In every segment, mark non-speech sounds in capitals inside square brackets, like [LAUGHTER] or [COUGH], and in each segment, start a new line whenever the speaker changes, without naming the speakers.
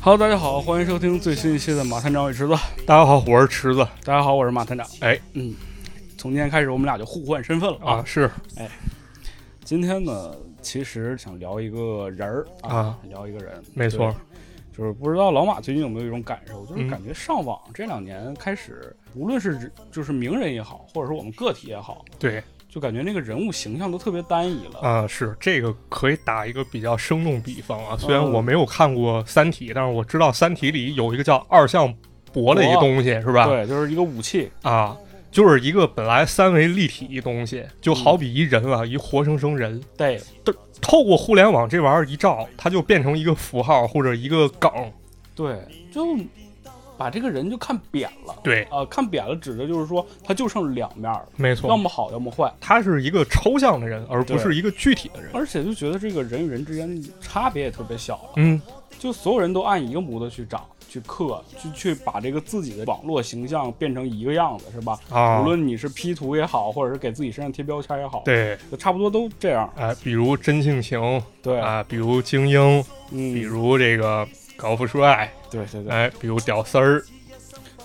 Hello，大家好，欢迎收听最新一期的马探长与池子。
大家好，我是池子
大家好，我是马探长。
哎，
嗯，从今天开始我们俩就互换身份了
啊，。是
今天呢，其实想聊一个人儿
啊，
聊一个人，
没错
对。就是不知道老马最近有没有一种感受，就是
嗯
感觉上网这两年开始，无论是指就是名人也好，或者说我们个体也好，
对
就感觉那个人物形象都特别单一了。
啊，是这个可以打一个比较生动比方啊。虽然
嗯
我没有看过《三体》，但是我知道《三体》里有一个叫二向箔的一个
箔
东西，是吧？
对，就是一个武器。
啊，就是一个本来三维立体一东西，就好比一人啊，一活生生人。
对，
透过互联网这玩意儿一照，它就变成一个符号或者一个梗。
对，就把这个人就看扁了。
对，
啊，看扁了，指的就是说他就剩两面了，
没
要
错，
么好，要么坏，
他是一个抽象的人，而
对
不是一个具体的人。
而且就觉得这个人与人之间差别也特别小了，
嗯，
就所有人都按一个模子去长、去刻、去去把这个自己的网络形象变成一个样子，是吧？
啊
无，论你是 P 图也好，或者是给自己身上贴标签也好，，
对，
就差不多都这样。
哎，比如真性情，
对，
啊，比如精英，
嗯，
比如这个高富帅，
对对对，
哎，比如屌丝儿，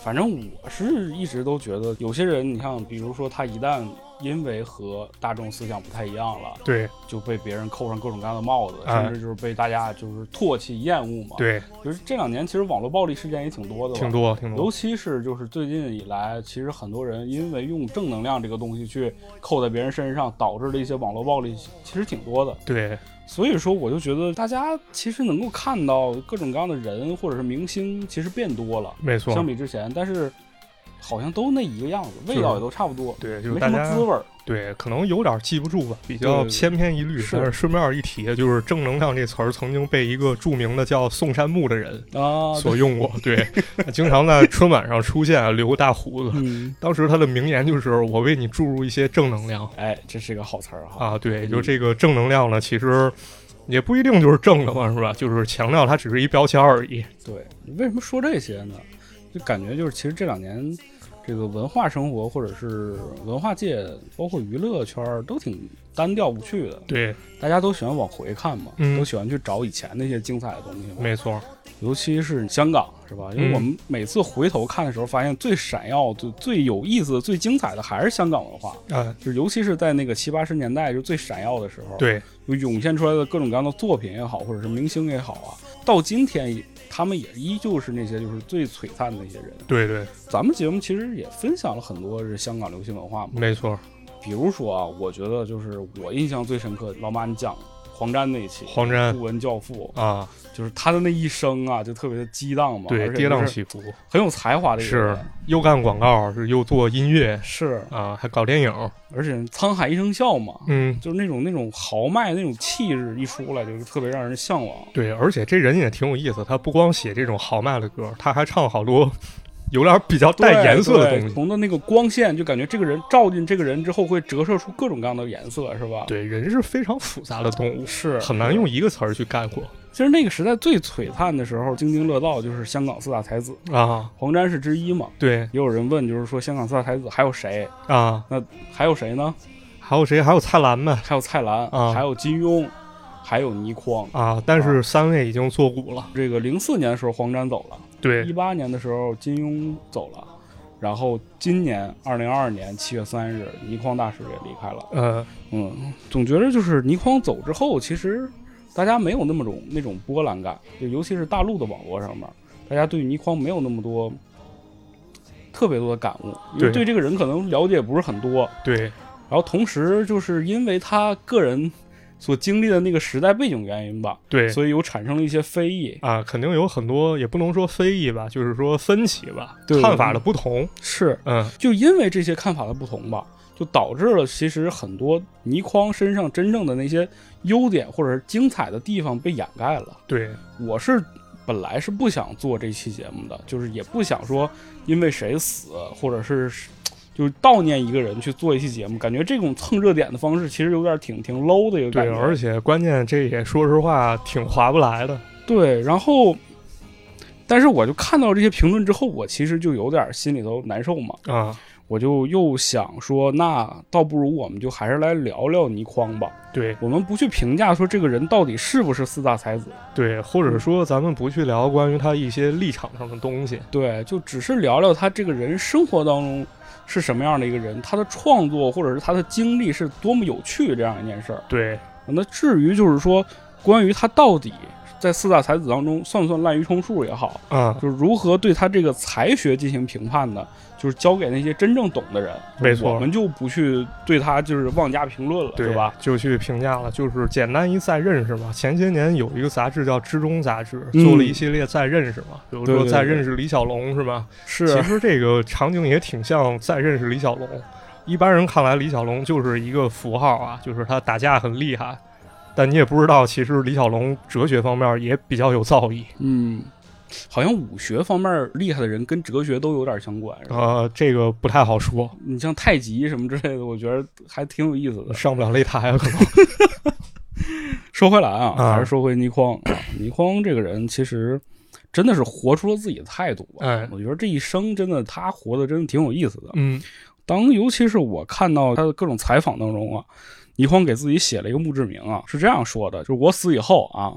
反正我是一直都觉得，有些人，你看，比如说他一旦因为和大众思想不太一样了，
对
就被别人扣上各种各样的帽子，
哎
甚至就是被大家就是唾弃、厌恶嘛。，
对，
就是这两年其实网络暴力事件也挺多的吧，
挺多挺多
尤，其是就是最近以来，其实很多人因为用正能量这个东西去扣在别人身上，导致了一些网络暴力，其实挺多的。
对
所以说，我就觉得大家其实能够看到各种各样的人或者是明星，其实变多了，
没
相
错，
比之前，但是好像都那一个样子，
是
味道也都差不多，
对，就是
没
大
什么
家
滋味儿。
对可能有点记不住吧，比
对
较
对对
千篇一律。
是
但是顺便一提，就是正能量这词儿曾经被一个著名的叫宋山木的人
啊，对
所用过，
[LAUGHS]
对，经常在春晚上出现，留个大胡子。
嗯，
当时他的名言就是“我为你注入一些正能量
哎，这是一个好词儿”哈。
啊，对，
嗯
就这个正能量呢，其实也不一定就是正的嘛，是吧？就是强调它只是一标签而已。
对，你为什么说这些呢？就感觉就是，其实这两年这个文化生活或者是文化界，包括娱乐圈儿都挺单调无趣的。
对，
大家都喜欢往回看嘛，
嗯
都喜欢去找以前那些精彩的东西嘛。
没错，
尤其是香港，是吧？因为
嗯
我们每次回头看的时候，发现最闪耀、最最有意思、最精彩的还是香港文化。
啊，
就是尤其是在那个七八十年代，就最闪耀的时候，，
对，
就涌现出来的各种各样的作品也好，或者是明星也好啊，到今天也他们也依旧是那些就是最璀璨的那些人。
对对，
咱们节目其实也分享了很多是香港流行文化嘛，
没错。
比如说啊，我觉得就是我印象最深刻，老马你讲黄沾那一期。
黄沾
顾文教父
啊，
就是他的那一生啊，就特别的激荡嘛，
对，
而且
跌
就
宕
是
起伏，
很有才华的一个
是
人，
又干广告，是又做音乐
是，
啊，还搞电影，
而且沧海一声笑嘛，
嗯，
就是那种那种豪迈那种气质一出来，就是特别让人向往。
对，而且这人也挺有意思，他不光写这种豪迈的歌，他还唱好多有点比较带
对
颜色的
对
东西。
从的那个光线就感觉这个人照进这个人之后，会折射出各种各样的颜色，是吧？，嗯
对，人是非常复杂的动物，
是
很难。用一个词儿去概括
其实那个时代最璀璨的时候，津津乐道就是香港四大才子，
啊。
黄沾是之一嘛。
对
也有人问，就是说香港四大才子还有谁？
啊，
还有谁呢？
还有谁？还有蔡澜呗
还有蔡澜，
啊
还有金庸，还有倪匡。
啊，但是三位已经作古了。
这个零四年的时候，黄沾走了；一
对
八年的时候，金庸走了。然后今年二零二二年七月三日，倪匡大师也离开了。
呃，
嗯，总觉得就是倪匡走之后，其实大家没有那么种那种波澜感，就尤其是大陆的网络上面，大家对倪匡没有那么多特别多的感悟，因为
对
对这个人可能了解不是很多。
对
然后同时就是因为他个人所经历的那个时代背景原因吧，
对
所以有产生了一些非议。
啊，肯定有很多，也不能说非议吧，就是说分歧吧，
对
看法的不同。
是，
嗯，
就因为这些看法的不同吧。就导致了，其实很多倪匡身上真正的那些优点或者是精彩的地方被掩盖了。
对，
我是本来是不想做这期节目的，就是也不想说因为谁死，或者是就是悼念一个人去做一期节目，感觉这种蹭热点的方式其实有点挺挺 low 的一个感
对，
觉。
而且关键这也说实话挺划不来的。
对，然后但是我就看到这些评论之后，我其实就有点心里头难受嘛，
啊，
我就又想说，那倒不如我们就还是来聊聊倪匡吧。
对
我们不去评价说这个人到底是不是四大才子，
对，或者说咱们不去聊关于他一些立场上的东西，
对，就只是聊聊他这个人生活当中是什么样的一个人，他的创作或者是他的经历是多么有趣这样一件事儿。
对
那至于就是说，关于他到底在四大才子当中算不算滥竽充数也好，
啊，
就是如何对他这个才学进行评判呢？就是交给那些真正懂的人，
没错
我们就不去对他就是妄加评论了，
对
是吧？？
就去评价了，就是简单一再认识嘛。前些年有一个杂志叫《知中》杂志，
嗯
做了一系列再认识嘛，比如
对
说
对
再
对
认识李小龙是吧？其
是，
实这个场景也挺像再认识李小龙。一般人看来，李小龙就是一个符号啊，就是他打架很厉害，但你也不知道，其实李小龙哲学方面也比较有造诣。
嗯，好像武学方面厉害的人跟哲学都有点相关，是吧？
呃，这个不太好说，
你像太极什么之类的，我觉得还挺有意思的。
上不了擂台啊可能。
说回来啊，
啊
还是说回倪匡 [CLEARS THROAT] 啊，倪匡这个人其实真的是活出了自己的态度吧。
哎，
我觉得这一生真的他活得真的挺有意思的。
嗯，
当尤其是我看到他的各种采访当中啊，倪匡给自己写了一个墓志铭啊，是这样说的：就是我死以后啊，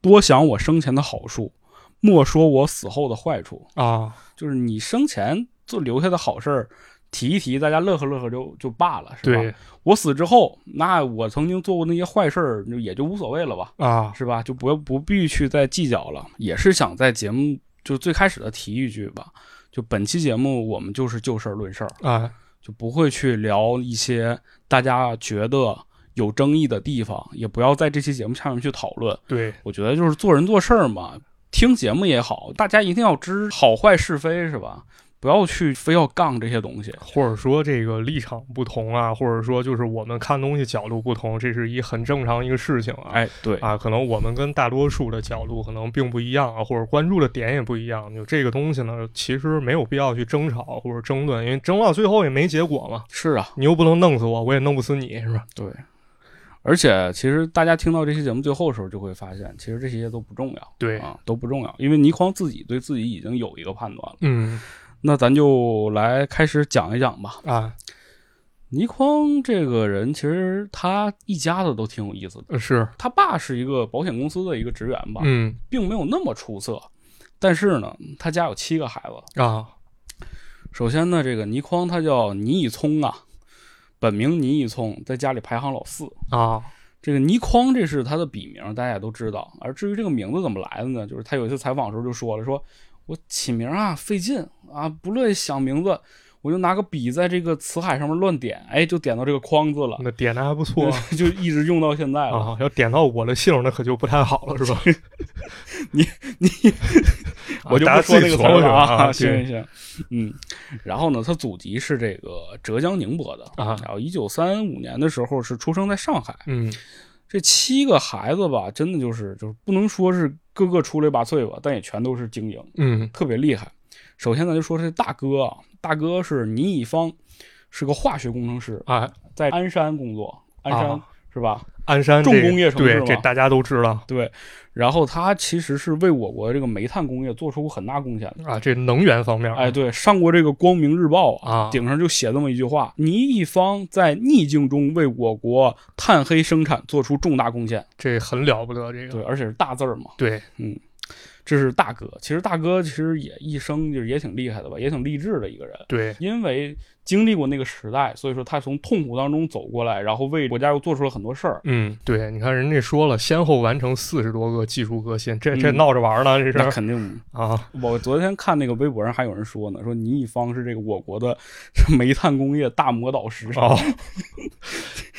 多想我生前的好处，莫说我死后的坏处。
[LAUGHS] 啊，
就是你生前做留下的好事儿，提一提，大家乐呵乐呵就就罢了，是吧？
对
我死之后，那我曾经做过那些坏事儿，就也就无所谓了吧，
啊，
是吧？就不不必去再计较了。也是想在节目就最开始的提一句吧，就本期节目我们就是就事儿论事儿，
啊，
就不会去聊一些大家觉得有争议的地方，也不要在这期节目下面去讨论。
对
我觉得就是做人做事儿嘛，听节目也好，大家一定要知好坏是非，是吧？不要去非要杠这些东西。
或者说这个立场不同啊，或者说就是我们看东西角度不同，这是一很正常一个事情啊。
哎，对，
啊，可能我们跟大多数的角度可能并不一样啊，或者关注的点也不一样。就这个东西呢，其实没有必要去争吵或者争论，因为争到最后也没结果嘛。
是啊，
你又不能弄死我，我也弄不死你，是吧？
对。而且，其实大家听到这期节目最后的时候，就会发现，其实这些都不重要
对，
啊，都不重要，因为倪匡自己对自己已经有一个判断了。
嗯
那咱就来开始讲一讲吧。
啊，
倪匡这个人，其实他一家子都挺有意思的。
呃是，
他爸是一个保险公司的一个职员吧，
嗯
并没有那么出色，但是呢，他家有七个孩子。
啊，
首先呢，这个倪匡他叫倪以聪啊，本名倪以聪，在家里排行老四。
啊
这个倪匡这是他的笔名，大家也都知道。而至于这个名字怎么来的呢？就是他有一次采访的时候就说了，说我起名啊费劲啊，不乐意想名字，我就拿个笔在这个词海上面乱点，哎，就点到这个匡字了，
那点的还不
[LAUGHS]
错
就一直用到现在了。
啊，要点到我的姓儿那可就不太好了，是吧？
[LAUGHS] 你
你，
我就
大
不
家
说
自
那个
己
词
琢磨
儿
去
了 [LAUGHS]
啊，
行
对
行行，嗯，然后呢，他祖籍是这个浙江宁波的
啊
然后一九三五年的时候是出生在上海。
嗯
这七个孩子吧，真的就是就是不能说是个个出类拔萃吧，但也全都是精英，
嗯
特别厉害。首先咱就说这大哥啊，大哥是倪以方，是个化学工程师，
啊，
在鞍山工作，鞍山、
啊
是吧？
鞍山
重
这
工业城市
对
嘛
这大家都知道
对，然后他其实是为我国这个煤炭工业做出过很大贡献的。
啊，这能源方面，
哎，对，上过这个《光明日报》
啊
顶上就写这么一句话：倪一方在逆境中为我国碳黑生产做出重大贡献。
这很了不得，这个
对，而且是大字儿嘛，
对
这是大哥。其实大哥其实也一生就是也挺厉害的吧，也挺励志的一个人。
对嗯
因为经历过那个时代，所以说他从痛苦当中走过来，然后为国家又做出了很多事儿。
嗯，对，你看人家说了，先后完成四十多个技术革新，这这
嗯
闹着玩儿呢，这
那
是
肯定， [LAUGHS]
啊
我昨天看那个微博上还有人说呢，说倪一方是这个我国的 [LAUGHS] 煤炭工业大魔导师。
哦， [LAUGHS]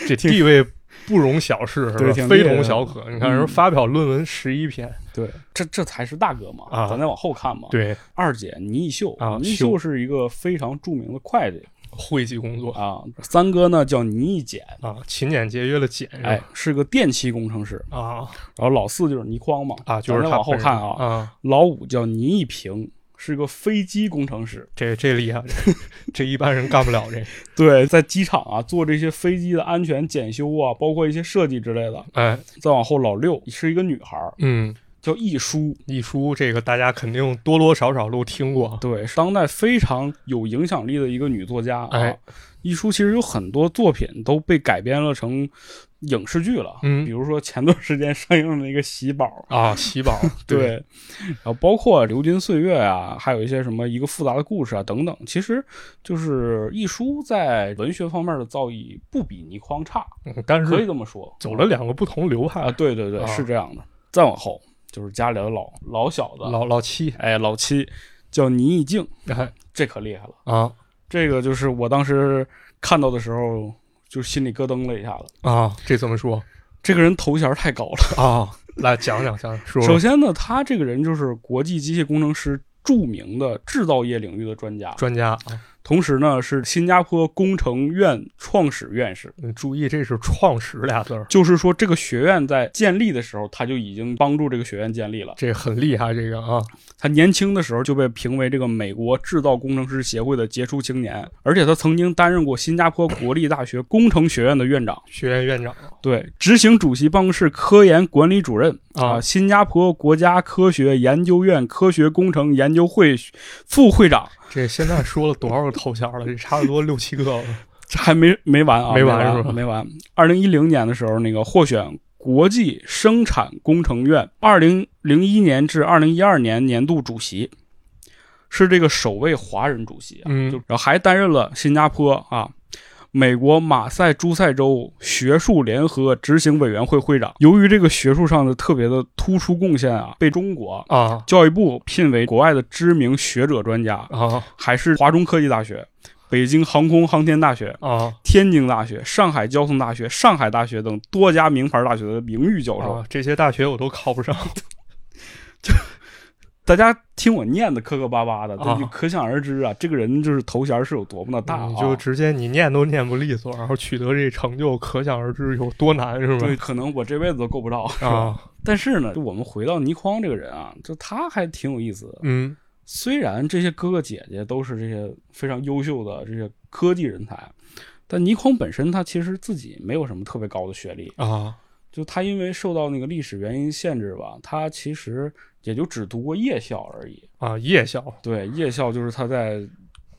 这地位不容小视，是
对
吧？
挺
非
厉害
同
的
小可。你看人
嗯
发表论文十一篇，
对，这这才是大哥嘛，
啊
咱再往后看嘛。
对，
二姐倪一秀
啊
倪一
秀
秀是一个非常著名的会计
会计工作
啊。三哥呢叫倪一简，
啊，勤俭节约的俭，是吧
哎，是个电气工程师。
啊
然后老四就是倪匡嘛，
啊，就是
咱
他
再往后
本人
看啊。
啊，
老五叫倪一平，是个飞机工程师。
这这厉害，这这一般人干
[LAUGHS]
不了这，
对，在机场啊做这些飞机的安全检修啊，包括一些设计之类的。
哎，
再往后老六是一个女孩儿，
嗯
叫《一书》，
一书这个大家肯定多多少少都听过，
对，是当代非常有影响力的一个女作家啊。
哎
一书其实有很多作品都被改编了成影视剧了，
嗯
比如说前段时间上映的那个《喜宝》，
啊，喜宝对，
[LAUGHS] 对，然后包括《流金岁月》啊，还有一些什么《一个复杂的故事》啊等等，其实就是一书在文学方面的造诣不比倪匡差，
嗯 [LAUGHS] 但
可以
是
这么说。
走了两个不同流
啊，
派，
对对对，
啊
是这样的。再往后就是家里的老老小子，
老老七
哎老七叫倪义静，
哎
这可厉害了。
啊
这个就是我当时看到的时候，就心里咯噔了一下子。
啊，这怎么说
这个人头衔太高了。
啊？ [LAUGHS] 来讲讲讲，说
首
说
先呢，他这个人就是国际机械工程师著名的制造业领域的专家，
专家啊，
同时呢是新加坡工程院创始院士。
嗯注意这是“创始”俩字儿，
就是说，这个学院在建立的时候，他就已经帮助这个学院建立了。
这很厉害，这个啊，
他年轻的时候就被评为这个美国制造工程师协会的杰出青年，而且他曾经担任过新加坡国立大学工程学院的院长，
学院 [LAUGHS] 院长
对，执行主席办公室科研管理主任
啊，
新加坡国家科学研究院科学工程研究会副会长，
这现在说了多少个头衔了？这差不多六七个了。
这还没没完啊，
没
没
完
完
是吧
没完。二零一零年的时候，那个获选国际生产工程院二零零一年至二零一二年年度主席，是这个首位华人主席啊，
嗯
就然后还担任了新加坡啊。美国马赛诸塞州学术联合执行委员会会长，由于这个学术上的特别的突出贡献啊，被中国
啊
教育部聘为国外的知名学者专家，
啊
还是华中科技大学、北京航空航天大学、
啊！
天津大学、上海交通大学、上海大学等多家名牌大学的名誉教授。
啊，这些大学我都考不上。
大家听我念的磕磕巴巴的，
啊
就可想而知啊，这个人就是头衔是有多么的大、啊。
你嗯就直接你念都念不利索，然后取得这成就，可想而知有多难，是
对，
吧？
可能我这辈子都够不着。
啊，
但是呢，就我们回到倪匡这个人啊，就他还挺有意思的。
嗯
虽然这些哥哥姐姐都是这些非常优秀的这些科技人才，但倪匡本身他其实自己没有什么特别高的学历，
啊
就他因为受到那个历史原因限制吧，他其实也就只读过夜校而已。
啊，夜校
对，夜校就是他在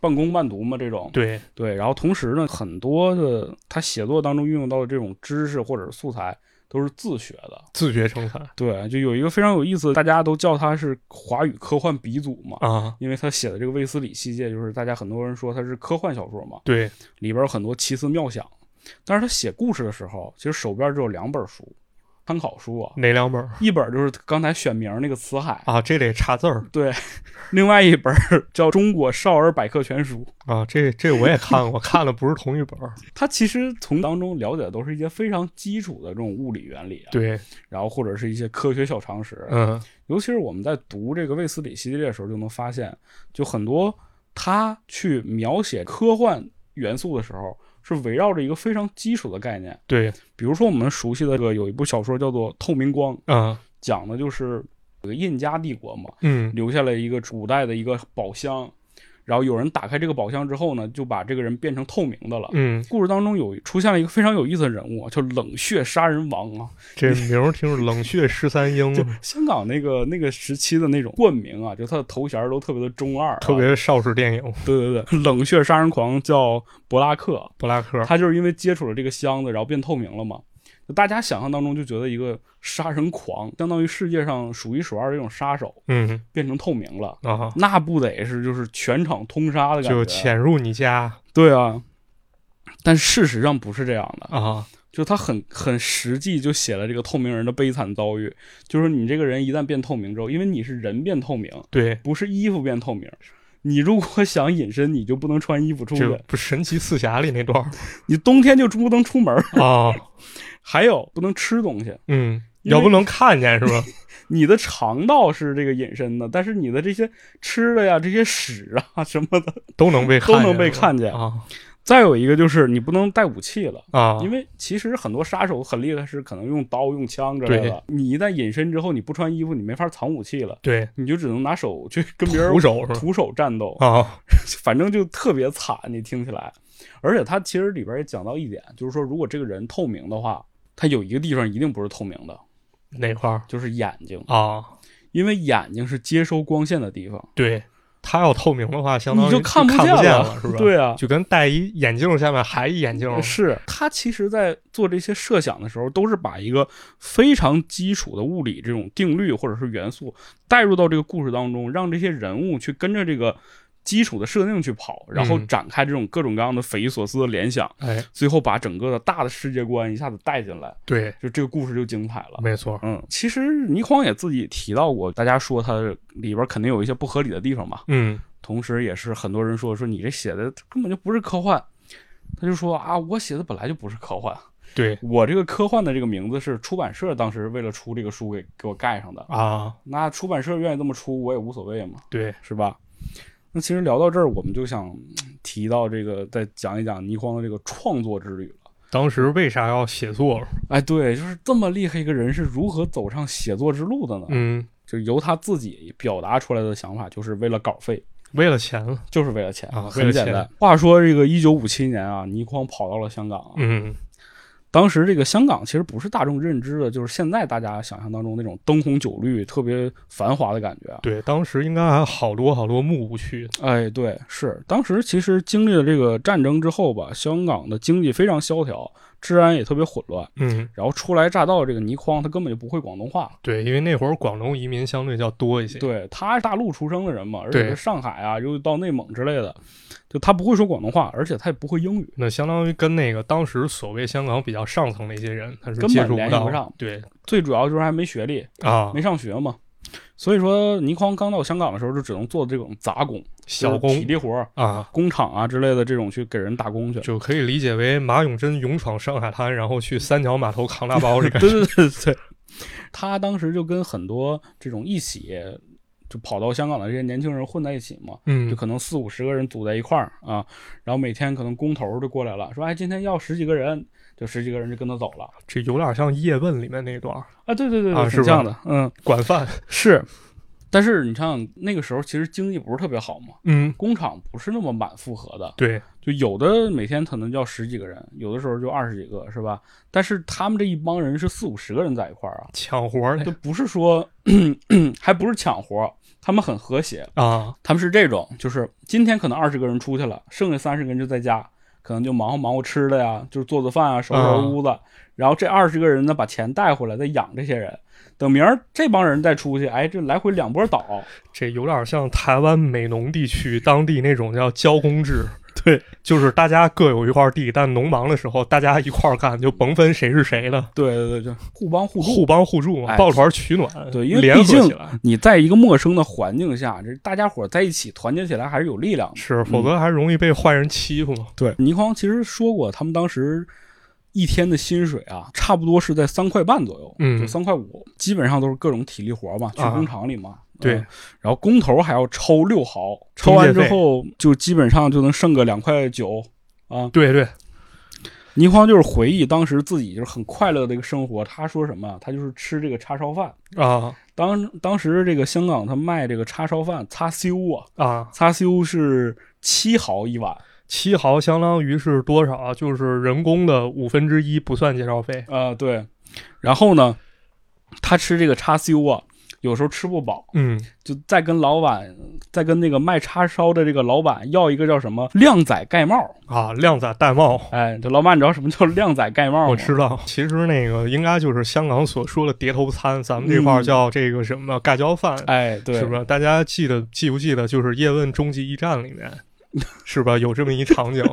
半工半读嘛，这种
对
对。然后同时呢，很多的他写作当中运用到的这种知识或者是素材都是自学的。
自学成才
对，就有一个非常有意思，大家都叫他是华语科幻鼻祖嘛，
啊，
因为他写的这个卫斯理系界，就是大家很多人说他是科幻小说嘛，
对
里边有很多奇思妙想。但是他写故事的时候，其实手边只有两本书，参考书
[LAUGHS]
啊，
哪两本儿
一本就是刚才选名那个《辞海》，
啊？这得查字儿
另外一本儿叫《中国少儿百科全书》。
啊，这这我也看过， [LAUGHS] 看的不是同一本儿。
他其实从当中了解的都是一些非常基础的这种物理原理啊，
对，
然后或者是一些科学小常识。啊
嗯
尤其是我们在读这个卫斯理系列的时候，就能发现，就很多他去描写科幻元素的时候，是围绕着一个非常基础的概念。
对，
比如说我们熟悉的这个有一部小说叫做《透明光》，
嗯
讲的就是有个印加帝国嘛，
嗯
留下了一个古代的一个宝箱，然后有人打开这个宝箱之后呢，就把这个人变成透明的了。
嗯，
故事当中有出现了一个非常有意思的人物，啊叫冷血杀人王啊，
这名儿听着冷血十三
[LAUGHS]
英，
就香港那个那个时期的那种冠名啊，就他的头衔都特别的中二啊、
特别邵氏电影，
对对对，冷血杀人狂叫博拉克，
布拉克
他就是因为接触了这个箱子，然后变透明了嘛。就大家想象当中就觉得一个杀人狂，相当于世界上数一数二的这种杀手，
嗯
变成透明了，
啊，
那不得是就是全场通杀的感觉？啊
就潜入你家
对啊，但事实上不是这样的，
啊，
就他很很实际，就写了这个透明人的悲惨遭遇，就是你这个人一旦变透明之后，因为你是人变透明，
对，
不是衣服变透明。你如果想隐身，你就不能穿衣服出
就
去，
不神奇四侠里那段
[LAUGHS]
儿
你冬天就不能出门，
啊，
还有不能吃东西。
嗯，
因为
要不能看见是吧？
你的肠道是这个隐身的，但是你的这些吃的呀、这些屎啊 [LAUGHS] 什么的，
都能被看
都
见
能被
是吧
看见。
啊
再有一个就是你不能带武器了。
啊，
因为其实很多杀手很厉害，是可能用刀、用枪之类的。你一旦隐身之后，你不穿衣服，你没法藏武器了，
对
你就只能拿手去跟别人
徒手是吧？
徒手战斗，
啊，
[LAUGHS] 反正就特别惨。你听起来，而且他其实里边也讲到一点，就是说，如果这个人透明的话，他有一个地方一定不是透明的，
哪块儿
就是眼睛，
啊？
因为眼睛是接收光线的地方，
对，它要透明的话，相当于
你就看
不
见
见
了，
是吧？，
对啊，
就跟戴一眼镜下面还一眼镜，
是他其实，在做这些设想的时候，都是把一个非常基础的物理这种定律或者是元素带入到这个故事当中，让这些人物去跟着这个基础的设定去跑，然后
嗯
展开这种各种各样的匪夷所思的联想，
哎，
最后把整个的大的世界观一下子带进来，
对，
就这个故事就精彩了。
没错，
嗯，其实倪匡也自己提到过，大家说他里边肯定有一些不合理的地方吧，
嗯，
同时也是很多人说说你这写的根本就不是科幻，他就说啊，我写的本来就不是科幻，
对
啊我这个科幻的这个名字是出版社当时为了出这个书给给我盖上的，
啊，
那出版社愿意这么出我也无所谓嘛，
对，
是吧？那其实聊到这儿，我们就想嗯提到这个，再讲一讲倪匡的这个创作之旅了。
当时为啥要写作？
哎，对，就是这么厉害一个人是如何走上写作之路的呢？
嗯，
就由他自己表达出来的想法，就是为了稿费，
为了钱，
就是为了钱
啊
很简
为了
单。话说这个一九五七年啊，倪匡跑到了香港啊，
嗯，
当时这个香港其实不是大众认知的，就是现在大家想象当中那种灯红酒绿、特别繁华的感觉啊。
对，当时应该还有好多好多幕布去，
哎，对，是当时其实经历了这个战争之后吧，香港的经济非常萧条，治安也特别混乱。
嗯，
然后初来乍到的这个倪匡，他根本就不会广东话，
对，因为那会儿广东移民相对较多一些，
对他是大陆出生的人嘛，而且
对
是上海啊，又到内蒙之类的，就他不会说广东话，而且他也不会英语，
那相当于跟那个当时所谓香港比较上层的一些人，他是
根本
接触
联系
到
不上，
对
最主要就是还没学历，
啊，
没上学嘛。所以说，倪匡刚到香港的时候，就只能做这种杂工、
小
就是
工
体力活儿、
啊，
工厂啊之类的这种去给人打工去。
就可以理解为马永贞勇闯上海滩，然后去三角码头扛大包这 [LAUGHS] 个
对对对对，他当时就跟很多这种一起就跑到香港的这些年轻人混在一起嘛，就
[LAUGHS] 嗯，
可能四五十个人组在一块儿啊，然后每天可能工头就过来了，说哎今天要十几个人，就十几个人就跟他走了
这有点像叶问里面那段儿
啊，对对对
啊
对，
是
挺
吧
像的，嗯
管饭，
是。但是你像那个时候，其实经济不是特别好嘛，
嗯，
工厂不是那么满负荷的，
[LAUGHS] 对，
就有的每天可能要十几个人，有的时候就二十几个，是吧？但是他们这一帮人是四五十个人在一块儿啊，
抢活儿
就
的
不是说， [CLEARS THROAT] 还不是抢活儿，他们很和谐，
啊，
他们是这种，就是今天可能二十个人出去了，剩下三十个人就在家，可能就忙活忙活吃的呀，就是做做饭啊，收拾收拾屋子，然后这二十个人呢把钱带回来，再养这些人，等明儿这帮人再出去，哎，这来回两波倒，
这有点像台湾美浓地区当地那种叫交工
[LAUGHS]
制。对，就是大家各有一块地，但农忙的时候大家一块儿干，就甭分谁是谁的，
对对对，就互帮互助。
互帮互助嘛，
哎
抱团取暖，
对因为
联合
毕竟嗯
起来
你在一个陌生的环境下，这大家伙儿在一起团结起来还是有力量的。
是，否则还容易被坏人欺负嘛。
对，倪匡其实说过，他们当时一天的薪水啊，差不多是在三块半左右，
嗯
就三块五，基本上都是各种体力活嘛，去
啊
工厂里嘛。
对
嗯然后工头还要抽六毫，抽
中介
完之
费
后就基本上就能剩个两块九啊。
对对，
倪匡就是回忆当时自己就是很快乐的一个生活，他说什么啊？他就是吃这个叉烧饭。
啊
当当时这个香港他卖这个叉烧饭，叉修啊，
啊，
叉修是七毫一碗，
七毫相当于是多少啊？就是人工的五分之一，不算介绍费。
啊，对。然后呢，他吃这个叉烧啊，有时候吃不饱，
嗯，
就再跟老板，再跟那个卖叉烧的这个老板要一个叫什么靓仔盖帽。
啊，靓仔戴帽，
哎，这老板你知道什么叫靓仔盖帽吗？
我知道。其实那个应该就是香港所说的碟头餐，咱们这块
嗯
儿叫这个什么盖浇饭，
哎，对，
是吧？大家记得记不记得？就是《叶问终极一战》里 [LAUGHS] 面，是吧？有这么一场景，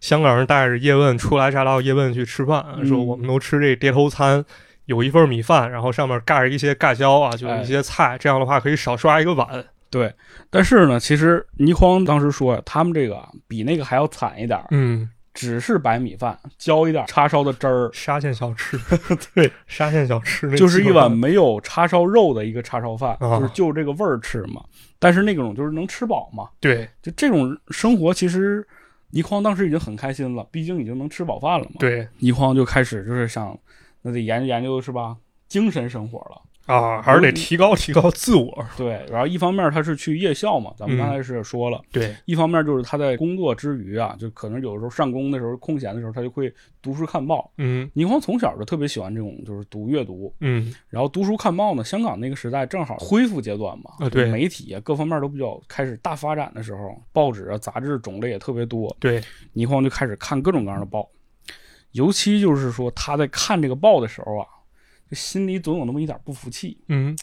香港人带着叶问初来乍到，叶问去吃饭，说
嗯
我们都吃这碟头餐。有一份米饭，然后上面盖着一些盖浇啊，就是
哎
一些菜，这样的话可以少刷一个碗。
对。但是呢，其实倪匡当时说呀，他们这个啊比那个还要惨一点儿，
嗯，
只是白米饭，浇一点叉烧的汁儿，
沙县小
[LAUGHS]
吃，对，沙县小吃那
就是一
基本
碗
上
没有叉烧肉的一个叉烧饭，
啊
就是就这个味儿吃嘛。但是那种就是能吃饱嘛。
对
就这种生活，其实倪匡当时已经很开心了，毕竟已经能吃饱饭了嘛。
对
倪匡就开始就是想，那得研究研究是吧？精神生活了，
啊，还
嗯
是得提高提高自我。
对，然后一方面他是去夜校嘛，咱
嗯
们刚才是也说了，
对，
一方面就是他在工作之余啊，就可能有时候上工的时候、空闲的时候，他就会读书看报。
嗯
倪匡从小就特别喜欢这种就是读阅读，
嗯
然后读书看报呢，香港那个时代正好恢复阶段嘛，
啊对
媒体啊各方面都比较开始大发展的时候，报纸啊杂志种类也特别多，
对，
倪匡就开始看各种各样的报，尤其就是说他在看这个报的时候啊，就心里总有那么一点不服气，
嗯，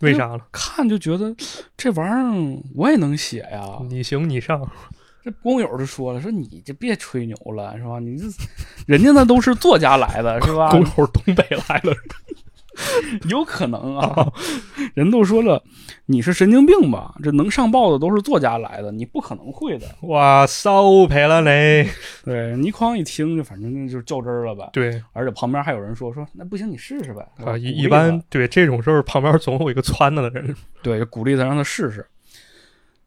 为啥了？
看就觉得这玩意儿我也能写呀，
你行你上，
这工友就说了，说你这别吹牛了，是吧？你这人家那都是作家来的，是吧？
工友东北来哦了，
有可能啊，人都说了，你是神经病吧？这能上报的都是作家来的，你不可能会的。
哇，骚赔了你。
对，倪匡一听就反正就是较真儿了呗。
对
而且旁边还有人说说，那不行，你试试呗。是吧
啊，一
鼓励
一
他
般对这种事儿旁边总有一个撺掇的人。
对，就鼓励他让他试试。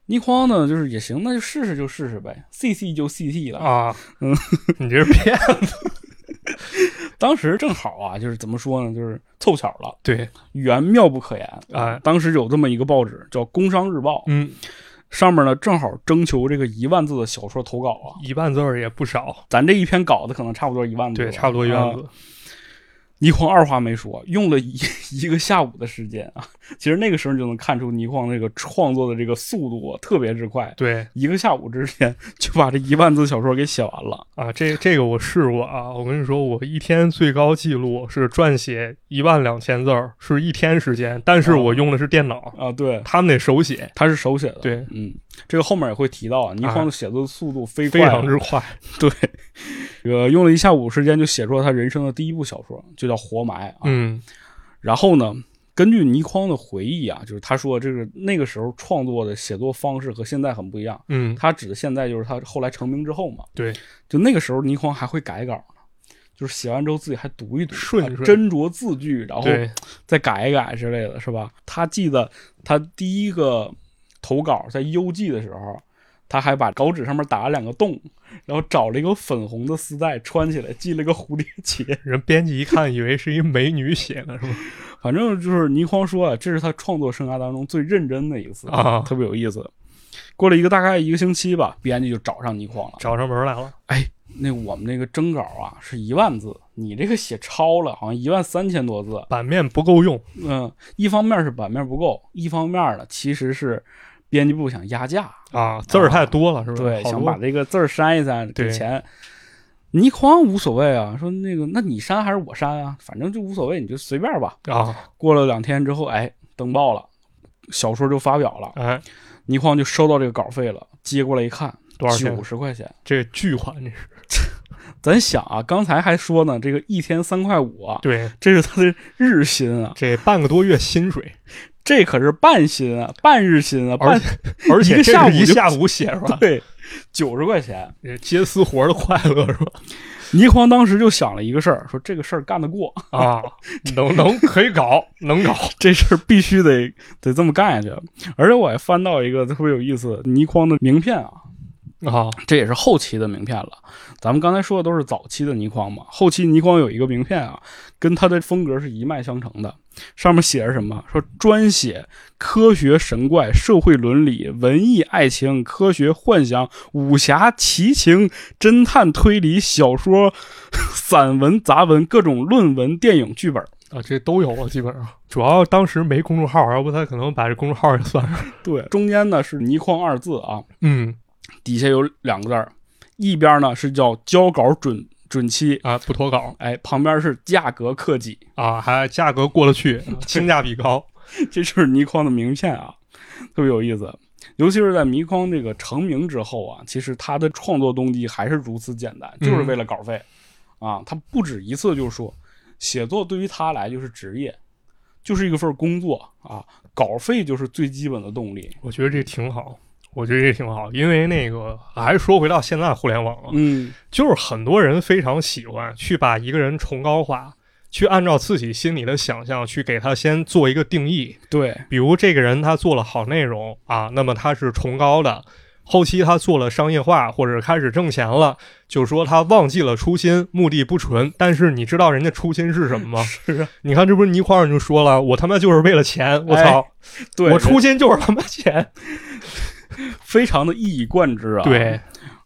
倪匡呢，就是也行，那就试试就试试呗，CC 就 CC 了。
啊，
嗯，
你这是骗
当时正好啊，就是怎么说呢，就是凑巧了。
对，
缘妙不可言
哎
当时有这么一个报纸叫《工商日报》，
嗯，
上面呢正好征求这个一万字的小说投稿啊。
一万字儿也不少，
咱这一篇稿子可能差不多一万字吧，
对，差不多一万
啊。
字，
倪匡二话没说，用了一 [LAUGHS] 一个下午的时间啊。其实那个时候你就能看出倪匡这个创作的这个速度啊特别之快，
对
一个下午之间 [LAUGHS] 就把这一万字小说给写完了。
啊，这这个我试过啊，我跟你说，我一天最高记录是撰写一万两千字儿，是一天时间，但是
哦
我用的是电脑，
啊，对，
他们得手写，
他是手写的，
对，
嗯，这个后面也会提到啊。倪匡的写作速度飞
非
快啊、
常之快，
对，这个用了一下午时间就写出了他人生的第一部小说，就叫《活埋》啊。
嗯
然后呢，根据倪匡的回忆啊，就是他说这个那个时候创作的写作方式和现在很不一样。
嗯，
他指的现在就是他后来成名之后嘛，
对，
就那个时候倪匡还会改稿呢，就是写完之后自己还读一读，
顺一
还斟
顺
酌字句，然后
对，
再改一改之类的，是吧？他记得他第一个投稿在邮寄的时候，他还把稿纸上面打了两个洞，然后找了一个粉红的丝带穿起来，系了个蝴蝶结。
人编辑一看以为是一美女写的，是吧？
反正就是倪匡说啊，这是他创作生涯当中最认真的一次
啊
特别有意思。过了一个大概一个星期吧，编辑就找上倪匡了。
找上门来了，
那我们那个征稿啊是一万字，你这个写超了，好像一万三千多字。
版面不够用，
嗯，一方面是版面不够，一方面呢其实是编辑部想压价，
啊，字儿太多了，是吧？
对，
好
想把
多，
这个字儿删一删，给
对
钱。倪匡无所谓啊，说那个，那你删还是我删啊？反正就无所谓，你就随便吧。
啊，
过了两天之后，哎，登报了，小说就发表了。
哎，
倪匡就收到这个稿费了，接过来一看，
多少钱
九？十块钱。
这巨款这是，
咱想啊，刚才还说呢，这个一天三块五啊，
对，
这是他的日薪啊，
这半个多月薪水。
这可是半薪啊，半日薪啊，
而
半
且而且
[LAUGHS] 一个
这
下午
是一
就
下午写出来，
对，九十块钱。
这接私活儿的快乐是吧？
倪匡当时就想了一个事儿，说这个事儿干得过， [LAUGHS]
啊， [LAUGHS] 能能可以搞，能搞
这事儿必须得得这么干下去。而且我还翻到一个特别有意思，倪匡的名片啊，
[LAUGHS] 啊！
这也是后期的名片了。咱们刚才说的都是早期的倪匡嘛，后期倪匡有一个名片啊，跟他的风格是一脉相承的。上面写着什么？说专写科学、神怪、社会伦理、文艺、爱情、科学、幻想、武侠、奇情、侦探、推理、小说、 [LAUGHS] 散文、杂文、各种论文、电影、剧本。
啊，这都有了，基本上。主要当时没公众号，要不他可能把这公众号也算上。
对，中间呢是倪匡二字啊，
嗯
底下有两个字儿，一边呢是叫交稿准准期，
啊，不脱稿
哎，旁边是价格克己，
啊，还价格过得 [LAUGHS] 去，性价比高。
这就是倪匡的名片啊，特别有意思。尤其是在倪匡这个成名之后啊，其实他的创作动机还是如此简单，就是为了稿费、啊。他不止一次就说，写作对于他来就是职业，就是一个份儿工作啊，稿费就是最基本的动力。
我觉得这挺好，我觉得这挺好，因为那个还是说回到现在互联网啊，
嗯，
就是很多人非常喜欢去把一个人崇高化，去按照自己心里的想象去给他先做一个定义，
对，
啊比如这个人他做了好内容啊，那么他是崇高的，后期他做了商业化，或者开始挣钱了，就是说他忘记了初心，目的不纯。但是你知道人家初心是什么吗？
是啊，
你看，这不是倪匡尔就说了，我他妈就是为了钱，我操，
哎对，
我初心就是他妈
[LAUGHS]
钱。
非常的一以贯之啊。
对，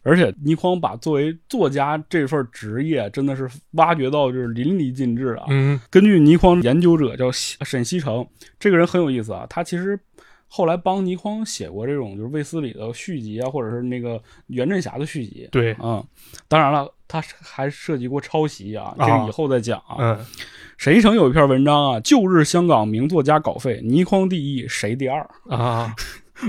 而且倪匡把作为作家这份职业真的是挖掘到就是淋漓尽致啊。
嗯，
根据倪匡研究者叫西沈西成，这个人很有意思啊，他其实。后来帮倪匡写过这种就是卫斯理的续集啊，或者是那个袁振霞的续集，
对，
嗯，当然了，他还涉及过抄袭啊，这
啊
个以后再讲啊。
嗯，
沈一成有一篇文章啊，《旧日香港名作家稿费》，倪匡第一，谁第二？
啊，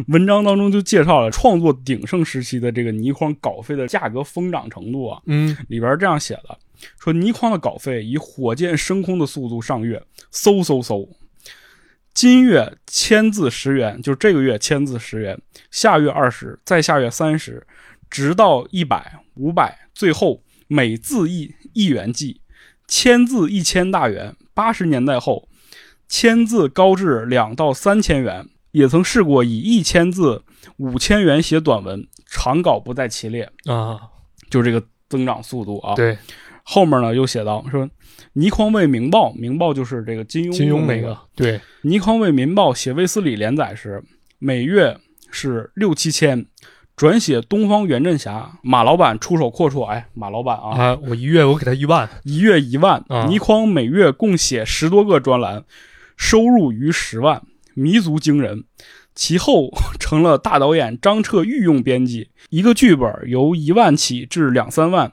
文章当中就介绍了创作鼎盛时期的这个倪匡稿费的价格疯涨程度啊。
嗯，
里边这样写的，说倪匡的稿费以火箭升空的速度上月，嗖嗖嗖。今月签字十元，就这个月签字十元，下月二十，再下月三十，直到一百、五百，最后每字一一元计，签字一千大元。八十年代后，签字高至两到三千元，也曾试过以一千字、五千元写短文，长稿不在其列。
啊，
就这个增长速度啊。
对，
后面呢又写到说，倪匡为《明报》，《明报》就是这个金庸
金庸
那
那
个
个，，对，
倪匡为《民报》写卫斯理连载时，每月是六七千。转写东方袁振霞，马老板出手阔绰，哎，马老板啊，
啊，我一月我给他一万，
一月一万。
啊
倪匡每月共写十多个专栏，收入逾十万，弥足惊人。其后成了大导演张彻御用编辑，一个剧本由一万起至两三万，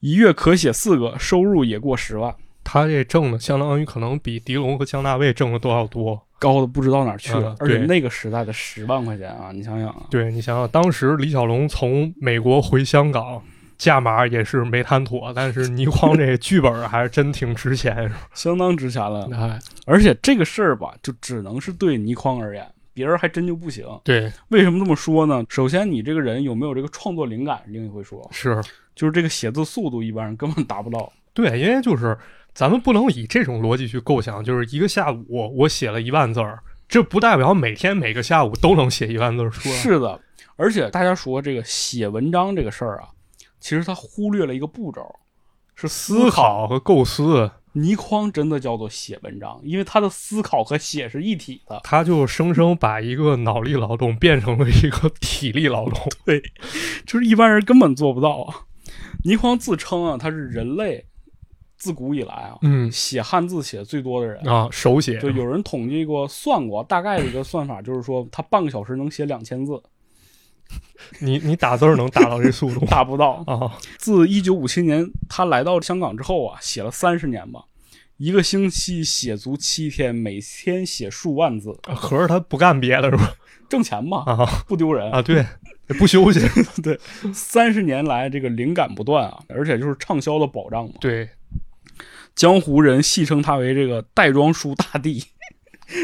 一月可写四个，收入也过十万，
他这挣的相当于可能比狄龙和姜大卫挣的都要多。
高的不知道哪儿去了。
嗯
而且
对
那个时代的十万块钱啊，你想想啊，
对你想想，当时李小龙从美国回香港。价码也是没谈妥，但是倪匡这剧本还是真挺值钱。
相当值钱了。
[LAUGHS] 哎，
而且这个事儿吧，就只能是对倪匡而言，别人还真就不行。
对，
为什么这么说呢？首先，你这个人有没有这个创作灵感是另一回说，
是
就是这个写字速度一般人根本达不到。
对，因为就是咱们不能以这种逻辑去构想，就是一个下午我写了一万字儿，这不代表每天每个下午都能写一万字儿出来。
是的，而且大家说这个写文章这个事儿啊，其实他忽略了一个步骤，是
思。考和构思，
倪匡真的叫做写文章，因为他的思考和写是一体的。
他就生生把一个脑力劳动变成了一个体力劳动。
就是一般人根本做不到啊。倪匡自称啊，他是人类自古以来啊
嗯
写汉字写最多的人。
啊，手写
就有人统计过、算过，大概的一个算法就是说，他半个小时能写两千字，
你你打字儿能打到这速 [LAUGHS] 度
达不到。
啊？
自一九五七年他来到香港之后啊，写了三十年吧，一个星期写足七天，每天写数万字，
啊合着他不干别的是吧？
挣钱嘛，
[LAUGHS] 啊
不丢人。
啊，对，不休息。
三十年来这个灵感不断啊，而且就是畅销的保障嘛。
[LAUGHS] 对，
江湖人戏称他为这个袋装书大帝。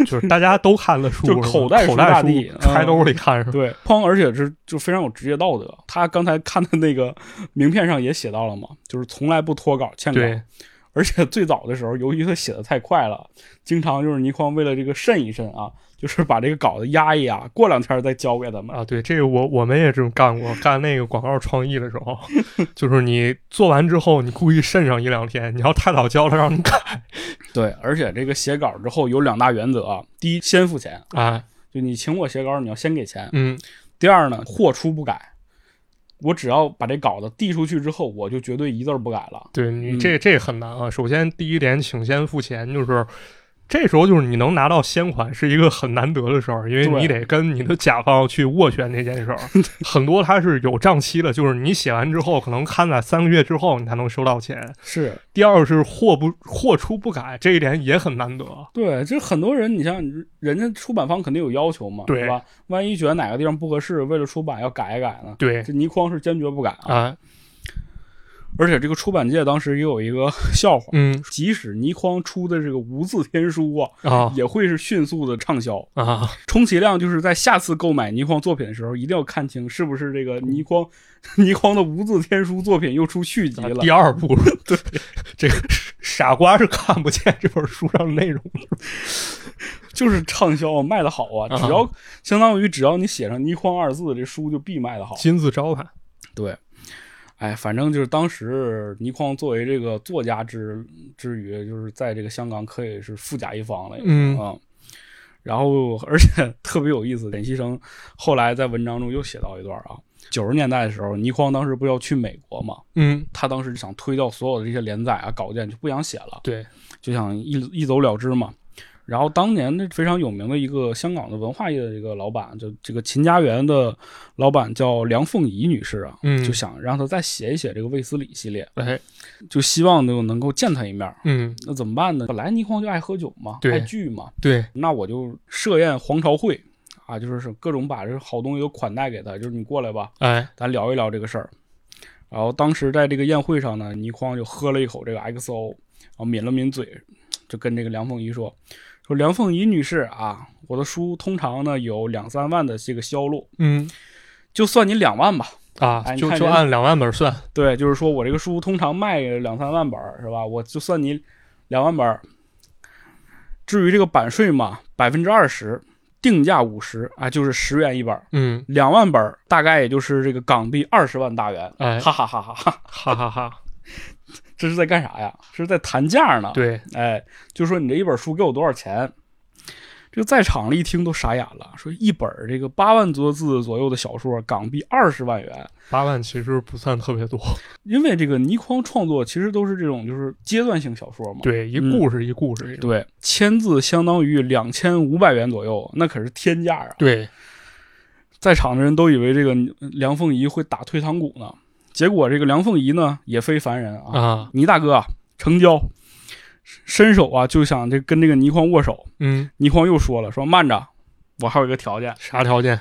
就是大家都看的书，
就是
吧
口袋书
口袋
大
书啊
帝
揣
嗯
兜里看是吧？
对，匡而且是就非常有职业道德。他刚才看的那个名片上也写到了嘛，就是从来不脱稿欠稿。
对，
而且最早的时候，由于他写的太快了，经常就是倪匡为了这个慎一慎啊，就是把这个稿子压一压，过两天再交给他们。
啊，对，这个我我们也这么干过，干那个广告创意的时候， [LAUGHS] 就是你做完之后，你故意慎上一两天，你要太早交了，让你改
对，而且这个写稿之后有两大原则啊：第一，先付钱，
啊，
就你请我写稿，你要先给钱；
嗯，
第二呢，货出不改，我只要把这稿子递出去之后，我就绝对一字儿不改了。
对你
嗯
这这很难啊。首先第一点，请先付钱，就是这时候就是你能拿到先款是一个很难得的事儿，因为
对
你得跟你的甲方去斡旋这件事
[LAUGHS]
儿，很多它是有账期的，就是你写完之后，可能刊载三个月之后你才能收到钱。
是
第二是货不货出不改，这一点也很难得。
对，这很多人，你像人家出版方肯定有要求嘛，
对
是吧？万一觉得哪个地方不合适，为了出版要改一改呢？
对
这倪匡是坚决不改啊。
啊，
而且这个出版界当时也有一个 [LAUGHS] 笑话，
嗯
即使倪匡出的这个无字天书啊，
啊
也会是迅速的畅销。
啊，
充其量就是在下次购买倪匡作品的时候，一定要看清是不是这个倪匡倪匡的无字天书作品又出续集了
第。二步， [LAUGHS] 对这个傻瓜是看不见这本书上的内容的，
就是畅销啊，卖的好啊，只要相当于只要你写上倪匡二字，这书就必卖的好。
金字招牌，
对，哎，反正就是当时倪匡作为这个作家之之余，就是在这个香港可以是富甲一方了，已经
嗯
啊。然后，而且 [LAUGHS] 特别有意思，典西生后来在文章中又写到一段啊，九十年代的时候，倪匡当时不是要去美国嘛，
嗯，
他当时想推掉所有的这些连载啊、稿件，就不想写了，
对，
就想一一走了之嘛。然后当年的非常有名的一个香港的文化业的一个老板，就这个秦家园的老板叫梁凤仪女士啊，
嗯
就想让她再写一写这个卫斯理系列，
哎，
就希望能能够见她一面。
嗯，
那怎么办呢？本来倪匡就爱喝酒嘛，
对
爱聚嘛，
对，
那我就设宴黄朝会啊，就是是各种把这好东西都款待给他，就是你过来吧，
哎，
咱聊一聊这个事儿。然后当时在这个宴会上呢，倪匡就喝了一口这个 XO，然后抿了抿嘴，就跟这个梁凤仪说：“说梁凤仪女士啊，我的书通常呢有两三万的这个销路，
嗯
就算你两万吧。
啊
哎，你
就
看
就
人
按两万本算，
对，就是说我这个书通常卖两三万本儿是吧？我就算你两万本儿。至于这个版税嘛，百分之二十，定价五十啊，就是十元一本儿。
嗯，
两万本儿大概也就是这个港币二十万大元。
哎，
哈哈哈哈哈！
哈哈哈，
这是在干啥呀？这是在谈价呢。，
对，
哎，就说你这一本书给我多少钱？这个在场的一听都傻眼了，说一本儿这个八万多字左右的小说，港币二十万元。
八万其实不算特别多，
因为这个倪匡创作其实都是这种就是阶段性小说嘛。
对，一
嗯
故事一故事这种，
对，千字相当于两千五百元左右，那可是天价啊！
对，
在场的人都以为这个梁凤仪会打退堂鼓呢，结果这个梁凤仪呢也非凡人啊，
啊，
倪大哥啊成交，伸手啊就想这跟这个倪匡握手，
嗯，
倪匡又说了，说慢着，我还有一个条件，
啥条件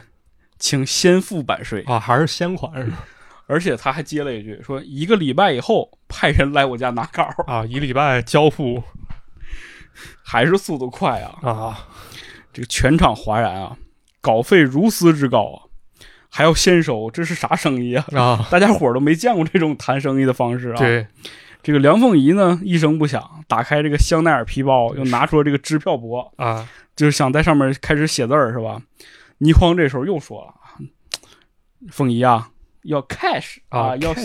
请先付版税，
啊？还是先款是吧？
而且他还接了一句，说一个礼拜以后派人来我家拿稿，
啊，一礼拜交付
还是速度快啊，
啊，
这个全场哗然啊，稿费如此之高啊，还要先收，这是啥生意啊？
[LAUGHS]
[LAUGHS]
啊，
大家伙儿都没见过这种谈生意的方式啊！，
对，
这个梁凤仪呢一声不响，打开这个香奈儿皮包，又拿出了这个支票簿，
啊，
就是想在上面开始写字儿，是吧？倪匡这时候又说了：“凤仪啊，要 cash
啊
要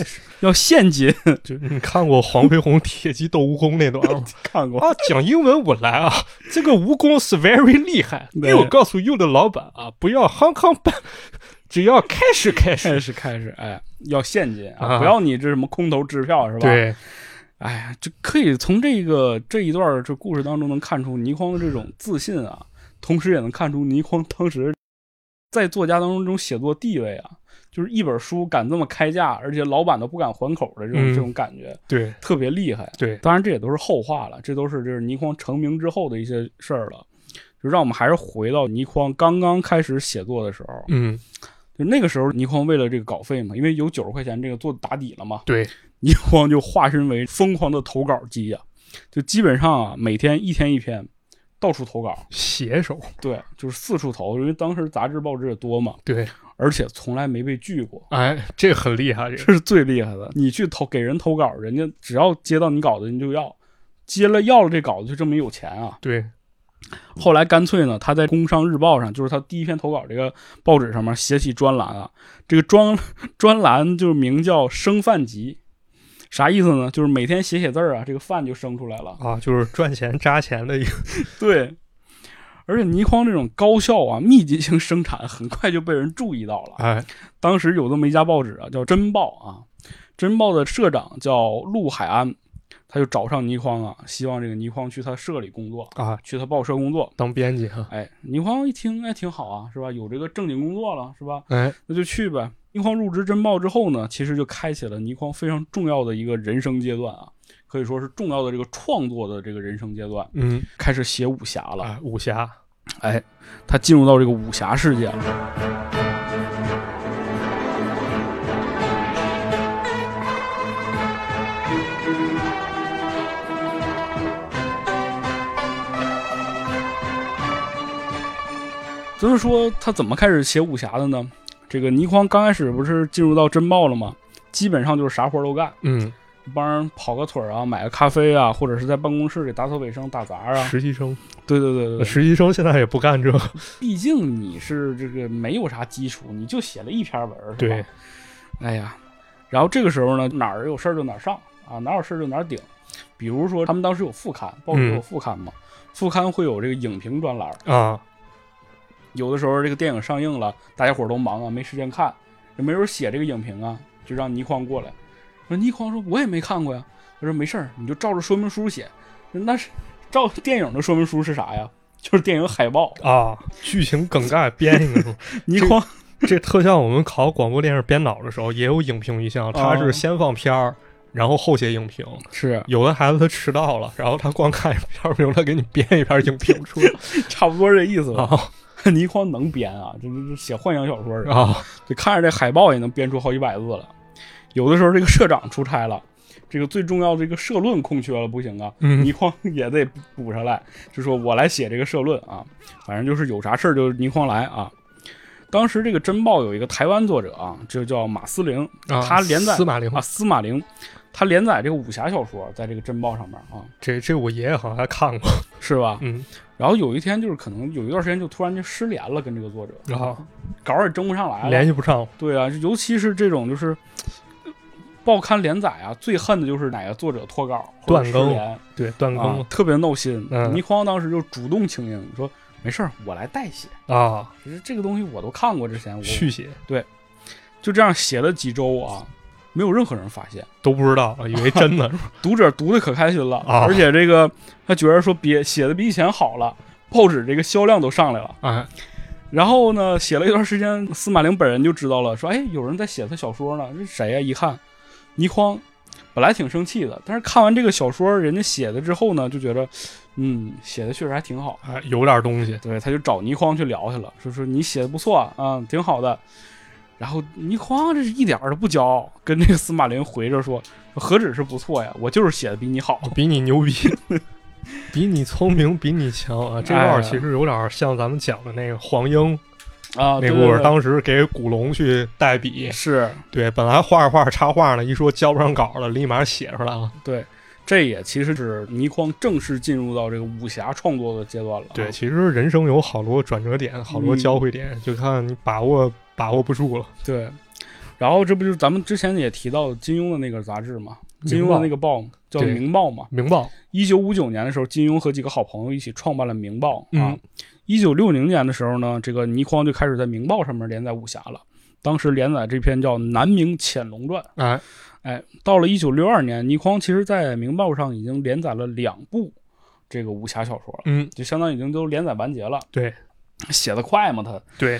要现金。
就你看过黄飞鸿铁骑斗蜈蚣那段吗？”
看过，
[LAUGHS] 啊，讲英文我来啊！这个蜈蚣是 very 厉害，因
对
为我告诉 you 的老板啊，不要 Hong Kong 办，只要开始开
[LAUGHS]
始。
开始开始，哎，要现金啊，
啊
不要你这什么空头支票是吧？，
对，
哎呀，就可以从这个这一段这故事当中能看出倪匡的这种自信啊，同时也能看出倪匡当时在作家当中这种写作地位啊，就是一本书敢这么开价，而且老板都不敢还口的这种、
嗯
这种感觉，
对，
特别厉害。
对
当然这也都是后话了，这都是就是倪匡成名之后的一些事儿了。就让我们还是回到倪匡刚刚开始写作的时候，
嗯，
就那个时候倪匡为了这个稿费嘛，因为有九十块钱这个做打底了嘛，
对，
倪匡就化身为疯狂的投稿机呀、就基本上啊，每天一天一篇，到处投稿，
写手，
对，就是四处投，因为当时杂志报纸也多嘛，
对，
而且从来没被拒过，
哎，这个很厉害，这个
这是最厉害的。你去投给人投稿，人家只要接到你稿子，人就要，接了要了这稿子就证明有钱啊。
对，
后来干脆呢，他在《工商日报》上，就是他第一篇投稿这个报纸上面写起专栏啊，这个专专栏就是名叫“生饭集”，啥意思呢？就是每天写写字儿啊，这个饭就生出来了。
啊，就是赚钱扎钱的一个，
[LAUGHS] 对，而且倪匡这种高效啊、密集性生产，很快就被人注意到了。
哎，
当时有这么一家报纸啊，叫《真报》啊，《真报》的社长叫陆海安，他就找上倪匡啊，希望这个倪匡去他社里工作，
啊，
去他报社工作。
当编辑哈，
哎，倪匡一听，哎，挺好啊，是吧？有这个正经工作了，是吧？
哎，
那就去呗。倪匡入职真报之后呢，其实就开启了倪匡非常重要的一个人生阶段啊，可以说是重要的这个创作的这个人生阶段，
嗯，
开始写武侠了。
啊，武侠，
哎，他进入到这个武侠世界了。咱们说他怎么开始写武侠的呢？这个倪匡刚开始不是进入到真报了吗？基本上就是啥活儿都干，
嗯，
帮人跑个腿儿啊，买个咖啡啊，或者是在办公室里打扫卫生、打杂啊。
实习生，
对对对对对，
呃实习生现在也不干这个，
毕竟你是这个没有啥基础，你就写了一篇文儿，是吧
对？
哎呀，然后这个时候呢，哪儿有事儿就哪儿上啊，哪儿有事儿就哪儿顶。比如说，他们当时有副刊，报纸
嗯
有副刊嘛，副刊会有这个影评专栏儿。
啊，
有的时候这个电影上映了，大家伙儿都忙啊，没时间看，也没人写这个影评啊，就让倪匡过来。说倪匡说：“我也没看过呀。”他说：“没事儿，你就照着说明书写。那是照电影的说明书是啥呀？就是电影海
[LAUGHS]
报。
[LAUGHS] 啊，剧情梗概编一 [LAUGHS] 个，
倪匡
这特像我们考广播电视编导的时候也有影评一项，他是先放片儿，然后后写影评。
是
有的孩子他迟到了，然后他光看一片儿评，他给你编一篇影评出 [LAUGHS] 来
[LAUGHS] 差不多这意思吧。
啊
[LAUGHS] 倪匡能编啊，这这这写幻想小说的， [LAUGHS]
啊
就看着这海报也能编出好几百字了。有的时候这个社长出差了，这个最重要的这个社论空缺了，不行啊，
嗯
倪匡也得补上来，就说我来写这个社论啊，反正就是有啥事儿就倪匡来啊。当时这个《真报》有一个台湾作者啊，就叫马思玲
啊！
他连载
司马灵
啊，，司马玲，他连载这个武侠小说在这个《真报》上面啊，
这这我爷爷好像还看过，
是吧？
嗯
然后有一天就是可能有一段时间就突然就失联了，跟这个作者
啊，
稿儿也争不上来了，
联系不上
对啊，尤其是这种就是呃报刊连载啊，最恨的就是哪个作者脱稿或者
断更
失联
对断更
啊
了，
特别闹心。
嗯
倪匡当时就主动请缨说：“没事儿，我来代写。
啊，
其实这个东西我都看过，之前我
续写
就这样写了几周啊，没有任何人发现。
都不知道，以为真的
读者读的可开心了，
啊
而且这个他觉得说比写的比以前好了，报纸这个销量都上来了。
啊
然后呢，写了一段时间，司马灵本人就知道了，说：“哎，有人在写他小说呢，这谁呀、一看，倪匡，本来挺生气的，但是看完这个小说，人家写的之后呢，就觉得，嗯，写的确实还挺好。
[LAUGHS] 啊，有点东西
对，他就找倪匡去聊去了，说说你写的不错啊、嗯，挺好的。然后倪匡这是一点儿都不骄傲，跟这个司马林回着说，何止是不错呀，我就是写的比你好。
比你牛逼，
[LAUGHS]
比你聪明，比你强啊！这段
哎
儿其实有点儿像咱们讲的那个黄英
啊，
那
对
故
对
事，
对
当时给古龙去代笔，
是
对，本来画着画着插画呢，一说交不上稿了，立马写出来了。
对，这也其实是倪匡正式进入到这个武侠创作的阶段了啊。
对，其实人生有好多转折点，好
嗯
多交汇点，就看你把握把握不住了。
对，然后这不就是咱们之前也提到金庸的那个杂志嘛，金
明
庸
报
的那个报叫《
对
明报》嘛。
明报
一九五九年的时候，金庸和几个好朋友一起创办了《明报》啊
嗯。
一九六零年的时候呢，这个倪匡就开始在《明报》上面连载武侠了。当时连载这篇叫《南明潜龙传》。
哎，
哎，到了一九六二年，倪匡其实在《明报》上已经连载了两部这个武侠小说了，
嗯，
就相当于已经都连载完结了。
对，
写得快嘛，他
对，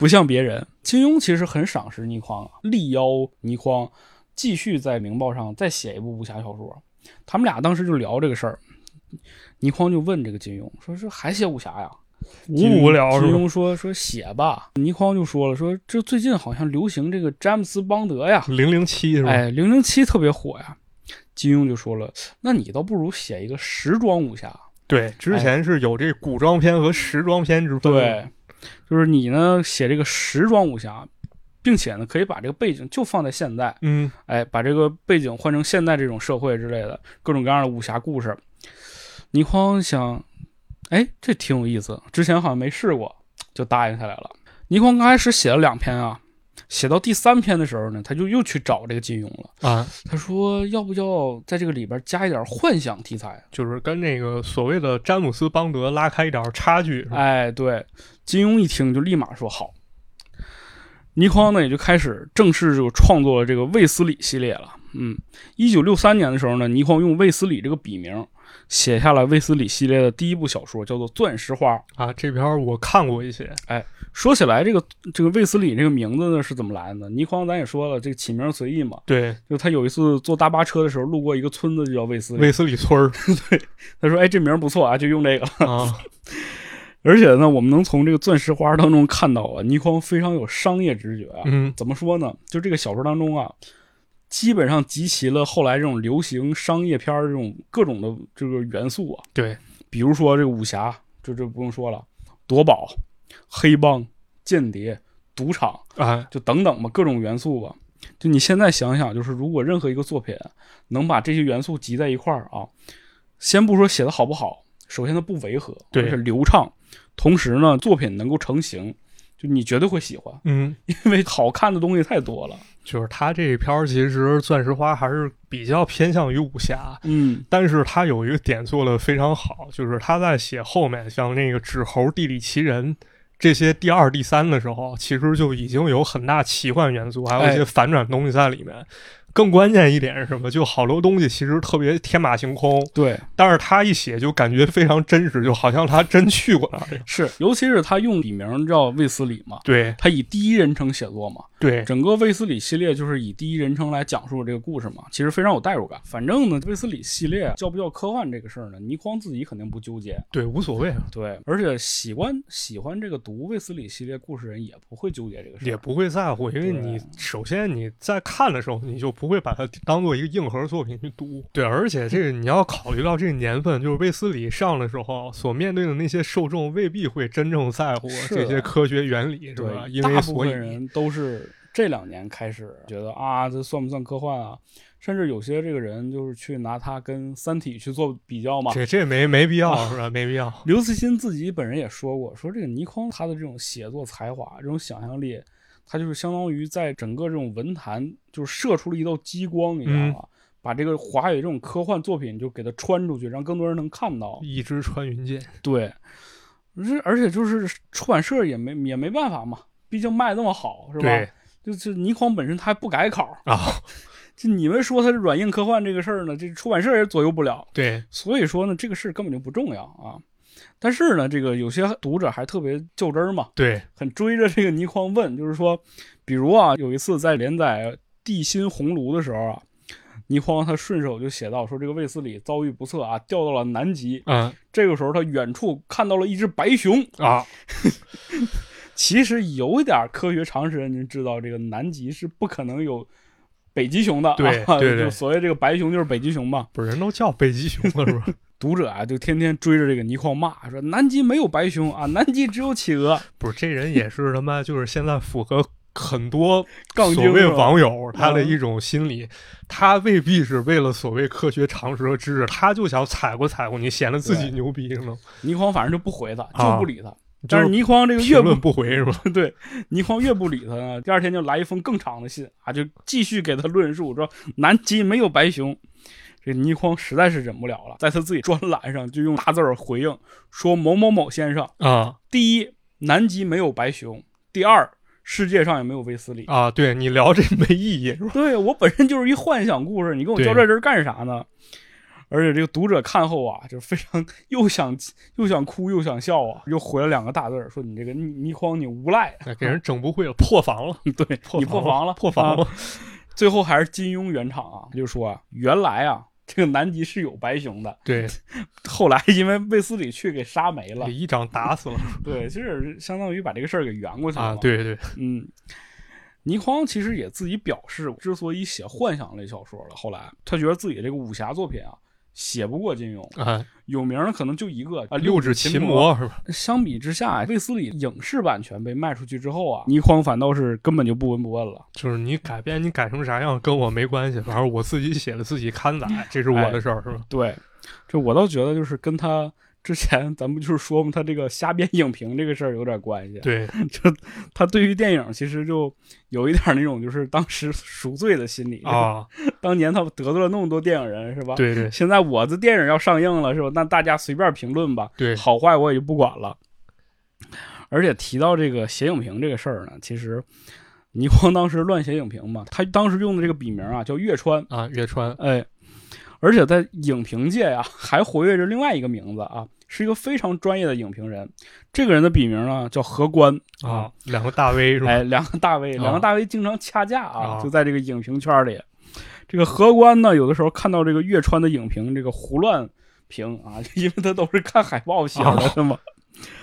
不像别人。金庸其实很赏识倪匡啊，力邀倪匡继续在《明报》上再写一部武侠小说。他们俩当时就聊这个事儿，倪匡就问这个金庸说：“这还写武侠呀？”
无不无聊
金
哦是吧？
庸说：“说写吧。”倪匡就说了：“说这最近好像流行这个詹姆斯邦德呀，
零零七是吧？
哎，零零七特别火呀。”金庸就说了：“那你倒不如写一个时装武侠。”
对，之前是有这古装片和时装片之分。，
对，就是你呢写这个时装武侠，并且呢可以把这个背景就放在现代，
嗯，
哎，把这个背景换成现代这种社会之类的各种各样的武侠故事。倪匡想，哎，这挺有意思，之前好像没试过，就答应下来了。倪匡刚开始写了两篇啊，写到第三篇的时候呢，他就又去找这个金庸了。
啊，
他说，要不要在这个里边加一点幻想题材？
就是跟那个所谓的詹姆斯邦德拉开一点差距，是吧？
哎，对，金庸一听就立马说好。倪匡呢也就开始正式就创作了这个卫斯理系列了。嗯，一九六三年的时候呢，倪匡用卫斯理这个笔名写下了卫斯理系列的第一部小说，叫做《钻石花》。
啊，这篇我看过一些，
说起来，这个这个卫斯理这个名字呢是怎么来的呢？倪匡咱也说了，这个起名随意嘛。
对，
就他有一次坐大巴车的时候，路过一个村子就叫卫斯理，
卫斯理村儿
他说：“哎，这名儿不错啊，就用这个。”
[LAUGHS] 啊，
[LAUGHS] 而且呢，我们能从这个《钻石花》当中看到啊，倪匡非常有商业直觉啊。
嗯，
怎么说呢？就这个小说当中啊，基本上集齐了后来这种流行商业片儿这种各种的这个元素啊，
对，
比如说这个武侠，这这不用说了，夺宝、黑帮、间谍、赌场，
啊，
就等等吧，各种元素吧。啊就你现在想想，就是如果任何一个作品能把这些元素集在一块儿啊，先不说写的好不好，首先它不违和，
对
而且流畅，同时呢，作品能够成型，就你绝对会喜欢，
嗯，
因为好看的东西太多了。
就是他这一篇儿其实《钻石花》还是比较偏向于武侠，
嗯，
但是他有一个点做的非常好，就是他在写后面像那个纸猴、地理奇人这些第二、第三的时候，其实就已经有很大奇幻元素，还有一些
哎
反转东西在里面。更关键一点是什么？就好多东西其实特别天马行空，
对，
但是他一写就感觉非常真实，就好像他真去过那儿。
是，尤其是他用笔名叫卫斯理嘛，
对
他以第一人称写作嘛，
对，
整个卫斯理系列就是以第一人称来讲述这个故事嘛，其实非常有代入感。反正呢，卫斯理系列叫不叫科幻这个事儿呢，倪匡自己肯定不纠结。
对，无所谓，
对，而且喜欢喜欢这个读卫斯理系列故事人也不会纠结这个事儿，
也不会在乎，因为
对
你首先你在看的时候，你就不会把它当做一个硬核作品去读。对，而且这个你要考虑到这个年份，就是卫斯理上的时候所面对的那些受众未必会真正在乎
是
这些
的
科学原理，是吧？
对，
因
大
为
部
所以
分人都是这两年开始觉得啊，这算不算科幻啊？甚至有些这个人就是去拿它跟《三体》去做比较嘛。
这这没没必要、
啊
是吧？没必要。
刘慈欣自己本人也说过，说这个倪匡他的这种写作才华、这种想象力，他就是相当于在整个这种文坛就是射出了一道激光一样啊，把这个华语这种科幻作品就给它穿出去，让更多人能看到。
一支穿云箭，
对，是而且就是出版社也没也没办法嘛，毕竟卖那么好是吧
对？
就是倪匡本身他还不改考，
[LAUGHS] 啊，
就你们说他是软硬科幻这个事儿呢，这出版社也左右不了。
对，
所以说呢，这个事儿根本就不重要啊。但是呢，这个有些读者还特别较真儿嘛，
对，
很追着这个倪匡问，就是说，比如啊，有一次在连载《地心红炉》的时候啊，倪匡他顺手就写到说，这个卫斯理遭遇不测啊，掉到了南极。
嗯
这个时候，他远处看到了一只白熊。
啊，
其实有点科学常识，您知道这个南极是不可能有北极熊的，
对
啊、
对对
就所谓这个白熊就是北极熊嘛。
不是人都叫北极熊了，是吧？ [LAUGHS]
读者啊，就天天追着这个倪匡骂，说南极没有白熊啊，南极只有企鹅。
不是，这人也是他妈就是现在符合很多
杠精
所谓
是吧
网友他的
嗯
一种心理，他未必是为了所谓科学常识和知识，他就想踩过踩过你，显得自己
对
牛逼是吗？
倪匡反正就不回他，
啊
就不理他。
就
但是倪匡这个越
评论
不
不回是吗？ [LAUGHS]
对，倪匡越不理他呢，第二天就来一封更长的信啊，就继续给他论述说南极没有白熊。这倪匡实在是忍不了了，在他自己专栏上就用大字儿回应说：“某某某先生，
啊
第一，南极没有白熊；第二，世界上也没有卫斯理。
啊，对你聊这没意义是吧？
[LAUGHS] 对我本身就是一幻想故事，你跟我
对
较这真儿干啥呢？而且这个读者看后啊，就非常又想又想哭又想笑啊，又回了两个大字儿，说你这个倪倪匡你无赖，
哎给人整不会了，破防了，
嗯对你破防了，
破防
啊
了。
最后还是金庸原厂啊，就说啊，原来啊这个南极是有白熊的，
对，
后来因为卫斯理去给杀没了
给，一掌
[LAUGHS]
打死了
对，就是相当于把这个事儿给圆过去了嘛
啊！，对对，
嗯。倪匡其实也自己表示，之所以写幻想类小说了，后来他觉得自己这个武侠作品啊，写不过金庸，
啊，
有名儿的可能就一个啊，
六指
琴
琴。魔是吧？
相比之下，卫斯理影视版权被卖出去之后啊，倪匡反倒是根本就不闻不问了。
就是你改编，你改成啥样跟我没关系，反正我自己写的，自己刊载，这是
哎
我的事儿，是吧？
对，这我倒觉得就是跟他之前咱们就是说嘛，他这个瞎编影评这个事儿有点关系。
对，
[LAUGHS] 就他对于电影其实就有一点儿那种就是当时赎罪的心理。
啊，
当年他得罪了那么多电影人是吧？。
对对
现在我的电影要上映了是吧？那大家随便评论吧。
对，
好坏我也就不管了。而且提到这个写影评这个事儿呢，其实倪匡当时乱写影评嘛，他当时用的这个笔名啊叫月川，
啊，月川
哎，而且在影评界啊还活跃着另外一个名字啊，是一个非常专业的影评人，这个人的笔名呢叫何官
啊，，两个大 V 是吧？
哎，两个大 V，
啊
两个大 V 经常掐架啊，
啊
就在这个影评圈里。这个何官呢，有的时候看到这个月川的影评，这个胡乱评啊， [LAUGHS] 因为他都是看海报写的
啊
是吗？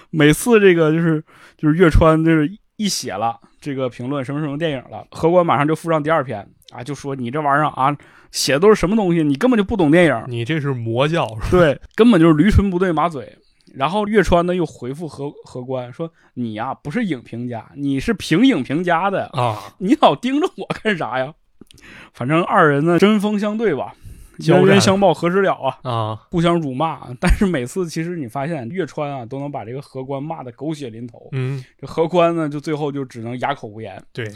每次这个就是就是月川就是一写了这个评论什么什么电影了，何官马上就附上第二篇啊，就说你这玩意儿啊写 [LAUGHS] 的都是什么东西，你根本就不懂电影，
你这是魔教是吧？
对，根本就是驴唇不对马嘴。然后岳川呢又回复何何官说：“你呀、不是影评家，你是评影评家的，
啊，
你老盯着我干啥呀？”反正二人呢针锋相对吧，
交
冤冤
战
相报何时了啊，
啊，
互相辱骂。但是每次其实你发现岳川啊都能把这个何官骂得狗血淋头，
嗯，
这何官呢就最后就只能哑口无言，
对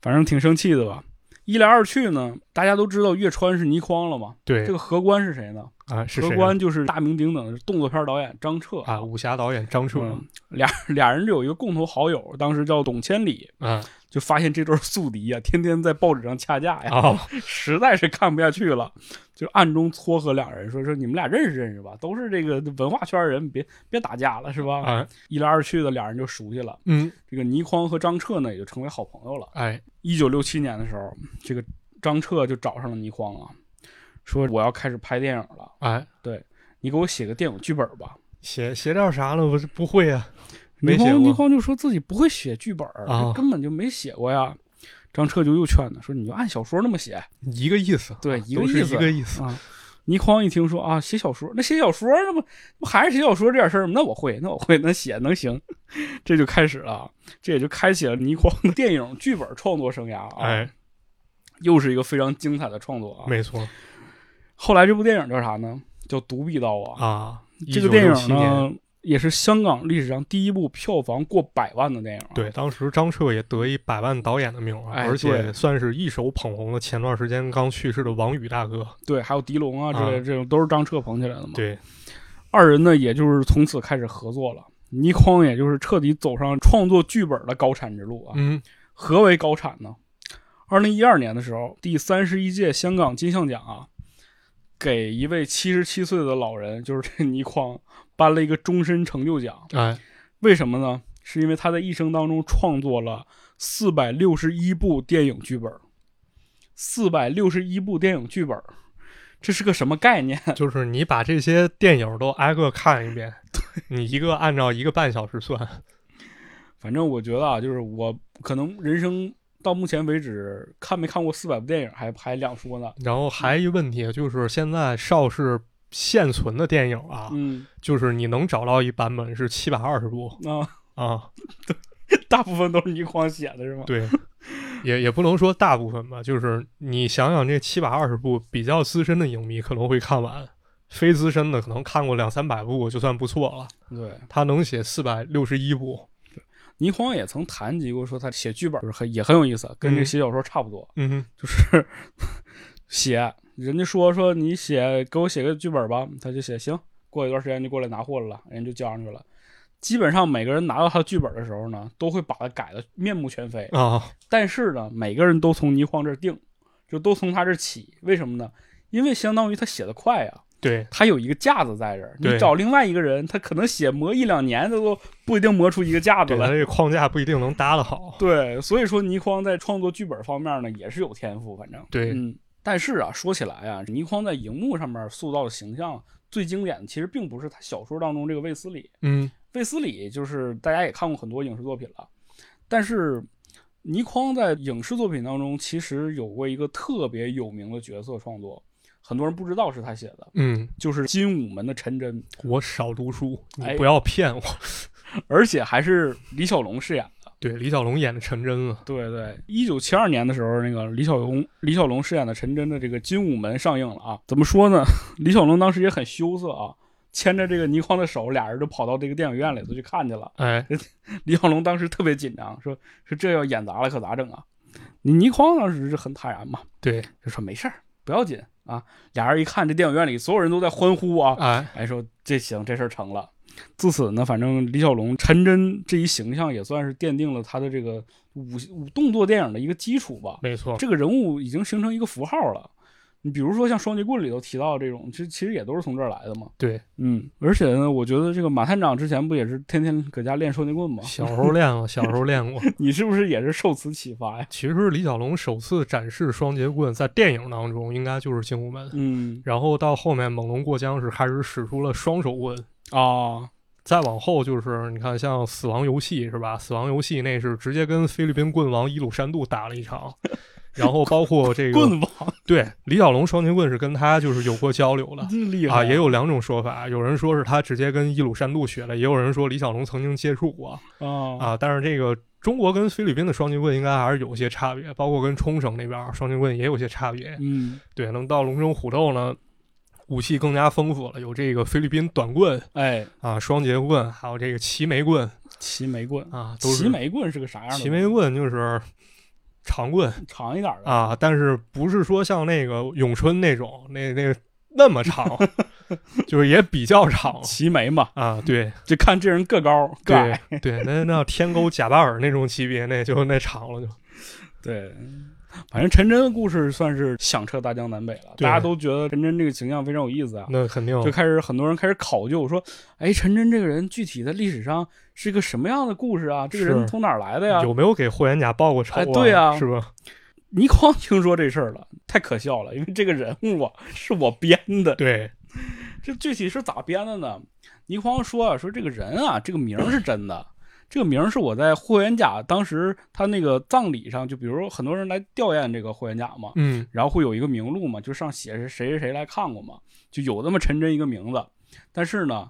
反正挺生气的吧。一来二去呢，大家都知道岳川是倪匡了嘛，
对
这个何官是谁呢？
啊，是
何
谁
官就是大名鼎鼎的动作片导演张彻
啊？武侠导演张彻
嗯，俩俩人就有一个共同好友，当时叫董千里，
啊
就发现这对宿敌呀、天天在报纸上掐
[LAUGHS]
架呀，
啊，
实在是看不下去了，就暗中撮合两人说说你们俩认识认识吧，都是这个文化圈人，别别打架了是吧？
哎，
一来二去的，俩人就熟悉了。
嗯，
这个倪匡和张彻呢，也就成为好朋友了。
哎，
一九六七年的时候，这个张彻就找上了倪匡啊，说我要开始拍电影了，
哎，
你给我写个电影剧本吧。
写写点啥呢？不是不会啊，没
倪
写
匡
过
倪匡就说自己不会写剧本儿，
啊
这根本就没写过呀。张彻就又劝他说：“你就按小说那么写。
一个意思”，
对，一个
啊都是
意
一
思。
个意思
啊倪匡一听说啊，写小说，那写小说那不不还是写小说这点事儿吗？那我会，那我会，那写能行， [LAUGHS] 这就开始了，这也就开启了倪匡的电影剧本创作生涯啊，
哎，
又是一个非常精彩的创作啊。
没错
后来这部电影叫啥呢？叫《独臂刀》啊。
啊。
这个电影
1967年，
呢，也是香港历史上第一部票房过百万的电影、啊。
对，当时张彻也得一百万导演的名额，啊
哎
而且
对
算是一手捧红了前段时间刚去世的王宇大哥。
对，还有狄龙啊之类的，
啊
这种都是张彻捧起来的嘛。
对，
二人呢，也就是从此开始合作了。倪匡也就是彻底走上创作剧本的高产之路啊。
嗯，
何为高产呢？二零一二年的时候，第三十一届香港金像奖啊，给一位七十七岁的老人，就是这倪匡，颁了一个终身成就奖。
哎，
为什么呢？是因为他在一生当中创作了四百六十一部电影剧本，四百六十一部电影剧本，这是个什么概念？ [LAUGHS]
哎就是你把这些电影都挨个看一遍，你一个按照一个半小时算。
反正我觉得啊，就是我可能人生到目前为止看没看过四百部电影还还两说呢。
然后还有一个问题就是，现在邵氏现存的电影啊，
嗯
就是你能找到一版本是七百二十部
啊，
啊，
大部分都是倪匡写的是吗？
对。也也不能说大部分吧，就是你想想这七百二十部，比较资深的影迷可能会看完，非资深的可能看过两三百部就算不错了。
对，
他能写四百六十一部，
倪匡也曾谈及过，说他写剧本就是很也很有意思，跟这个
嗯
写小说差不多，
嗯哼，
就是写人家说说你写给我写个剧本吧，他就写行，过一段时间就过来拿货了，人家就交上去了。基本上每个人拿到他的剧本的时候呢，都会把它改的面目全非。
啊，
但是呢，每个人都从倪匡这儿定，就都从他这儿起。为什么呢？因为相当于他写的快啊，
对，
他有一个架子在这儿。你
对
找另外一个人，他可能写磨一两年，他都不一定磨出一个架子
对，他
来。
这个框架不一定能搭得好。
对，所以说倪匡在创作剧本方面呢，也是有天赋，反正
对
嗯。但是啊，说起来啊，倪匡在荧幕上面塑造的形象最经典的，其实并不是他小说当中这个卫斯理，
嗯，
卫斯理就是大家也看过很多影视作品了，但是倪匡在影视作品当中其实有过一个特别有名的角色创作，很多人不知道是他写的，
嗯，
就是精武门的陈真，
我少读书，你
哎
不要骗我。
而且还是李小龙饰演的。
对，李小龙演的陈真啊，
对对，一九七二年的时候，那个李小龙李小龙饰演的陈真的这个《精武门》上映了啊。怎么说呢？ [LAUGHS] 李小龙当时也很羞涩啊，牵着这个倪匡的手，俩人就跑到这个电影院里头去看去了。
哎，
李小龙当时特别紧张，说说这要演砸了可咋整啊？你倪匡当时是很坦然嘛，
对，
就说没事儿，不要紧啊。俩人一看这电影院里所有人都在欢呼啊，
哎，
哎说这行这事儿成了。自此呢，反正李小龙陈真这一形象也算是奠定了他的这个武武动作电影的一个基础吧。
没错，
这个人物已经形成一个符号了。你比如说像《双截棍》里头提到这种，其实其实也都是从这儿来的嘛。
对，
嗯，而且呢，我觉得这个马探长之前不也是天天搁家练双截棍吗？
小时候练过，小时候练过。
[LAUGHS]
[LAUGHS]
你是不是也是受此启发呀？
其实李小龙首次展示双截棍在电影当中应该就是《精武门》，
嗯
然后到后面猛龙过江时开始使出了双手棍，
啊，
再往后就是你看像《死亡游戏》是吧？《死亡游戏》那是直接跟菲律宾棍王伊鲁山度打了一场，然后包括这个
棍王
对，李小龙双截棍是跟他就是有过交流的。
真厉害
啊，也有两种说法，有人说是他直接跟伊鲁善度学的，也有人说李小龙曾经接触过
啊
啊。但是这个中国跟菲律宾的双截棍应该还是有些差别，包括跟冲绳那边儿双截棍也有些差别。
嗯，
对，那么到龙争虎斗呢，武器更加丰富了，有这个菲律宾短棍
哎，
啊、双节棍，还有这个齐眉棍
齐眉棍，
啊，都是
齐眉棍是个啥样的？
齐眉棍就是长棍
长一点的，
啊，但是不是说像那个咏春那种那那那么长， [LAUGHS] 就是也比较长
[LAUGHS] 齐眉嘛，
啊，对
就看这人个高个
哦对
矮。
对，那那天勾贾巴尔那种级别，那就那长了就。
对，反正陈真的故事算是响彻大江南北了，
对
大家都觉得陈真这个形象非常有意思啊。
那哦肯定
就开始很多人开始考究，说，哎，陈真这个人具体在历史上是一个什么样的故事啊？这个人
是
从哪儿来的呀？
有没有给霍元甲报过仇
哎对啊
是吧？
倪匡听说这事儿了，太可笑了，因为这个人物啊是我编的，
对，
这具体是咋编的呢？倪匡说啊，说这个人啊，这个名儿是真的，这个名儿是我在霍元甲当时他那个葬礼上，就比如很多人来吊唁这个霍元甲嘛，
嗯，
然后会有一个名录嘛，就上写是谁谁谁来看过嘛，就有那么陈真一个名字，但是呢，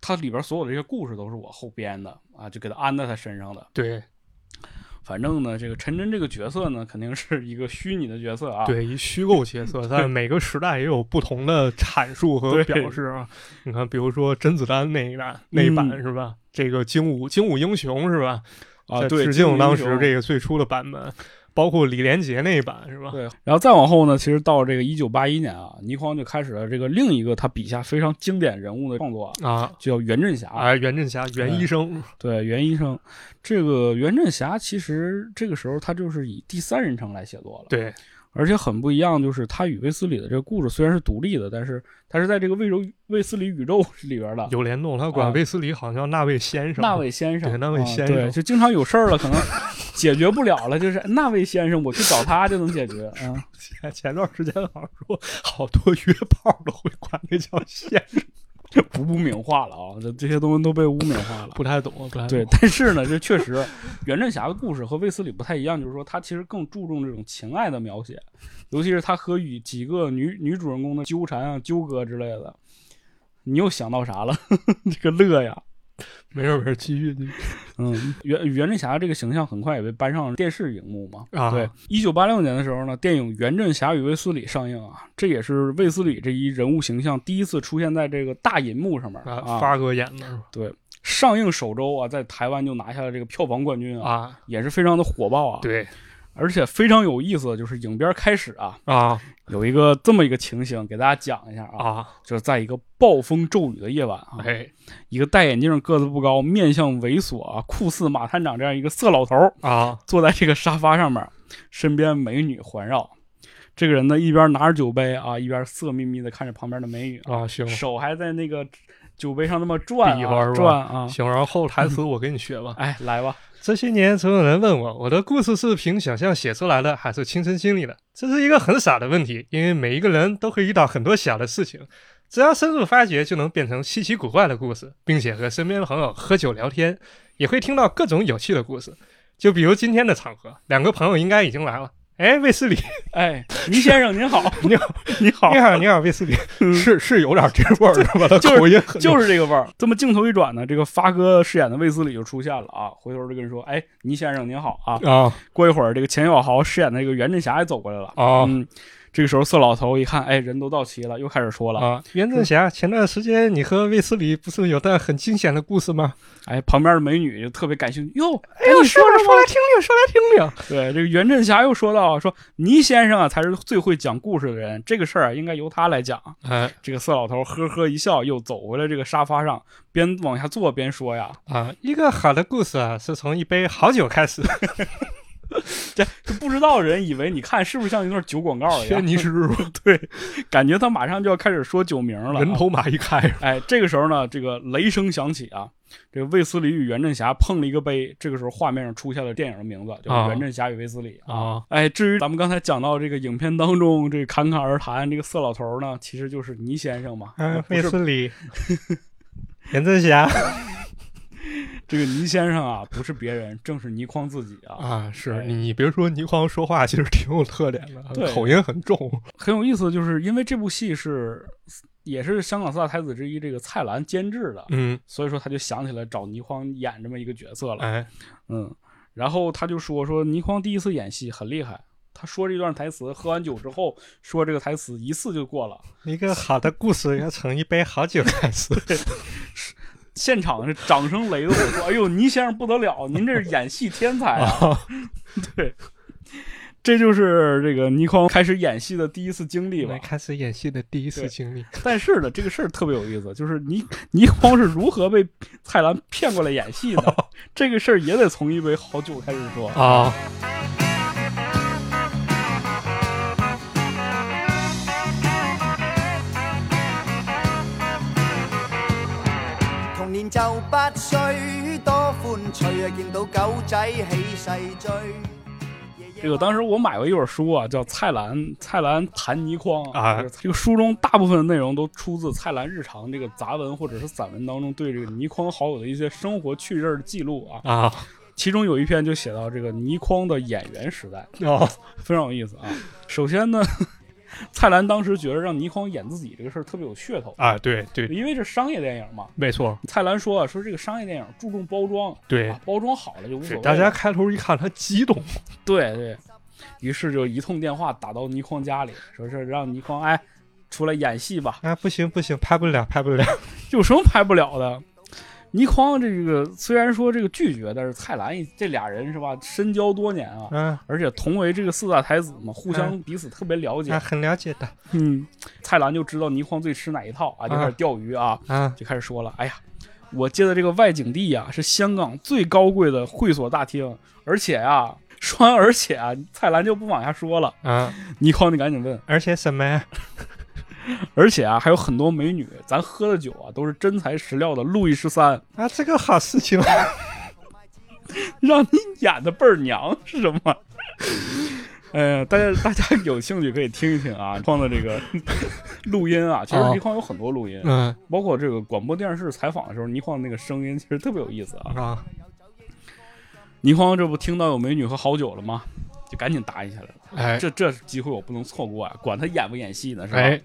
它里边所有的这些故事都是我后编的啊，就给他安在他身上的。
对
反正呢，这个陈真这个角色呢，肯定是一个虚拟的角色啊。
对，一虚构角色，但每个时代也有不同的阐述和
对
表示啊。你看，比如说甄子丹那一版那一版
嗯
是吧？这个精武精武英雄是吧？
啊，
在
对，
致敬当
金庸
时这个最初的版本，包括李连杰那一版是
[LAUGHS]
吧？
对，然后再往后呢，其实到这个一九八一年啊，倪匡就开始了这个另一个他笔下非常经典人物的创作啊，
啊
就叫袁振霞。
啊，袁振霞袁
嗯
医生
对，袁医生，这个袁振霞其实这个时候他就是以第三人称来写作了。
对
而且很不一样，就是它与卫斯理的这个故事虽然是独立的，但是它是在这个卫州卫斯理宇宙里边的。
有联动，他
啊
管卫斯理好像那位先生，
那位先生，
对那位
啊
先
对，
生
就经常有事儿了，可能解决不
[LAUGHS]
了了，就是那位先生，我去找他就能解决。啊，
前前段时间好像说好多约炮都会管那叫先生，
不污名化了啊，这这些东西都被污名化了。
不太懂，啊不太懂 [LAUGHS]
对，但是呢，这确实，袁振霞的故事和卫斯理不太一样，就是说他其实更注重这种情爱的描写，尤其是他和与几个女女主人公的纠缠啊、纠葛之类的。你又想到啥了？ [LAUGHS] 这个乐呀！
没事儿没事儿，继续继续
嗯，袁袁振霞这个形象很快也被搬上电视荧幕嘛。
啊，
对，一九八六年的时候呢，电影《袁振霞与卫斯理》上映啊，这也是卫斯理这一人物形象第一次出现在这个大银幕上面
啊，发哥演的是吧？
上映首周啊，在台湾就拿下了这个票房冠军啊，
啊，
也是非常的火爆啊。，
对
而且非常有意思的就是影片开始啊，
啊
有一个这么一个情形给大家讲一下啊，
啊，
就是在一个暴风骤雨的夜晚啊，
哎
一个戴眼镜、个子不高、面相猥琐啊、酷似马探长这样一个色老头儿。
啊
坐在这个沙发上面，身边美女环绕。这个人呢，一边拿着酒杯啊，一边色眯眯的看着旁边的美女，
啊，行
手还在那个酒杯上那么转
比
啊、
划是吧
转啊。
行，然后后台词我给你学吧。
哎，来吧，
嗯这些年总有人问我，我的故事是凭想象写出来的，还是亲身经历的？这是一个很傻的问题，因为每一个人都会遇到很多小的事情，只要深入发掘，就能变成稀奇古怪的故事，并且和身边的朋友喝酒聊天，也会听到各种有趣的故事。就比如今天的场合，两个朋友应该已经来了。哎，卫斯理，
哎，倪先生您好，
你
好，你好
你，好，你好，卫斯理，是是有点这味儿是吧？他口音
[LAUGHS]
很
就是这个味儿。这么镜头一转呢，这个发哥饰演的卫斯理就出现了啊，回头就跟人说，哎，倪先生您好啊。
啊
过一会儿，这个钱小豪饰演的这个袁振霞也走过来了，
啊
嗯，这个时候色老头一看，哎，人都到齐了，又开始说了，
啊！袁振霞，前段时间你和卫斯理不是有段很惊险的故事吗？
哎，旁边的美女就特别感兴趣，哟，
哎呦，
你
说
说
着
说
说来听听，说来听听。
对，这个袁振霞又说到啊，说倪先生啊才是最会讲故事的人，这个事儿啊应该由他来讲。
哎
这个色老头呵呵一笑，又走回了这个沙发上，边往下坐边说呀，
啊，一个好的故事啊，是从一杯好酒开始。
就不知道人以为你看是不是像一段酒广告一
[LAUGHS] 轩
样，
尼诗录，
感觉他马上就要开始说酒名了、啊
人。头马一开。
哎，这个时候呢，这个雷声响起啊，这个卫斯理与袁振霞碰了一个杯。这个时候画面上出现了电影的名字，就是
啊
《袁振霞与卫斯理》
啊
哎，至于咱们刚才讲到这个影片当中这个侃侃而谈这个色老头呢，其实就是倪
[LAUGHS]
先生嘛，
嗯，
不
卫
是
斯理，袁振霞
这个倪先生啊，不是别人，正是倪匡自己啊。
啊，是
哎
你你别说倪匡说话其实挺有特点的，
对
口音很重
很有意思，就是因为这部戏是也是香港四大才子之一这个蔡澜监制的，
嗯
所以说他就想起来找倪匡演这么一个角色了。
哎
嗯，然后他就说说倪匡第一次演戏很厉害，他说这段台词，喝完酒之后说这个台词一次就过了，
一个好的故事要盛一杯好酒才是
现场是掌声雷动，说：“哎呦，倪先生不得了，您这是演戏天才
[LAUGHS]
啊！”
哦
对，这就是这个倪匡开始演戏的第一次经历吧。
开始演戏的第一
对
经历。
但是呢，这个事儿特别有意思，就是倪倪匡是如何被蔡澜骗过来演戏的，这个事儿也得从一杯好酒开始说。
啊，
童年就八歲，多歡趣啊！見到狗仔起勢追。
这个当时我买过一本书啊，叫《蔡澜蔡澜谈倪匡》
啊
这个书中大部分内容都出自蔡澜日常这个杂文或者是散文当中对这个倪匡好友的一些生活趣事儿的记录啊。
啊
其中有一篇就写到这个倪匡的演员时代，
哦，
非常有意思啊。首先呢， [LAUGHS] 蔡澜当时觉得让倪匡演自己这个事儿特别有噱头，
啊，对对，
因为是商业电影嘛。
没错，
蔡澜说啊，说这个商业电影注重包装，
对
啊，，包装好了就无所
是
谓了。
大家开头一看他激动，
对对，于是就一通电话打到倪匡家里，说是让倪匡哎出来演戏吧，
啊，不行不行，拍不了拍不了，
有什么拍不了的？倪匡这个虽然说这个拒绝，但是蔡澜一这俩人是吧，深交多年啊，
[LAUGHS] 嗯，
而且同为这个四大才子嘛，互相彼此特别了解
啊，。很了解的
嗯，蔡澜就知道倪匡最吃哪一套啊，就开始钓鱼啊，
啊，
就开始说了，哎呀。我借的这个外景地呀、是香港最高贵的会所大厅，而且啊， [LAUGHS] 说完而且啊，蔡澜就不往下说了。
啊，
倪匡，你赶紧问。
而且什么呀？
而且啊，还有很多美女，咱喝的酒啊都是真材实料的路易十三， [LAUGHS]
啊，这个好事情，
让你演的倍儿娘是什么？ [LAUGHS] 呃，大家大家有兴趣可以听一听啊，倪匡的这个 [LAUGHS] 录音啊，其实倪匡有很多录音，
[LAUGHS] 嗯
包括这个广播电视采访的时候，倪匡那个声音其 [LAUGHS] 实特别有意思啊。
啊，
倪匡这不听到有美女和好酒了吗？就赶紧答应下来了，
哎
这这机会我不能错过啊，管他演不演戏呢是吧？
哎，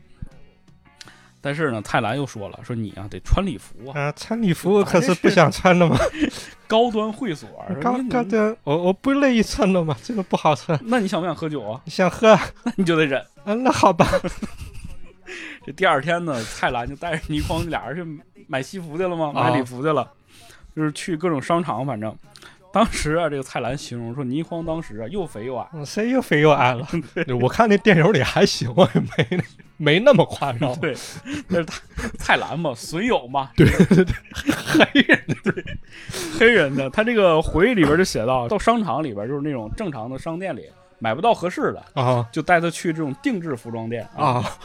但是呢，泰兰又说了，说你啊得穿礼服啊，
啊，穿礼服可是不想穿的嘛，
高端会所，啊说
刚
你怎么
刚的我我不乐意穿的嘛，这个不好
[LAUGHS]
穿，
那你想不想喝酒啊？
你想喝啊？
你就得忍。
那好吧，
这第二天呢，蔡澜就带着倪匡俩人去买西服去了吗？
啊
买礼服去了，就是去各种商场，反正。当时啊，这个蔡澜形容说，倪匡当时啊又肥又矮，
嗯谁又肥又
[LAUGHS]
矮了？我看那电影里还行啊，没没那么
[LAUGHS]
夸张，
对，但是他蔡澜嘛，损友嘛， [LAUGHS]
黑人
黑人的。他这个回忆里边就写到，到商场里边就是那种正常的商店里买不到合适的，
啊
就带他去这种定制服装店啊。
啊，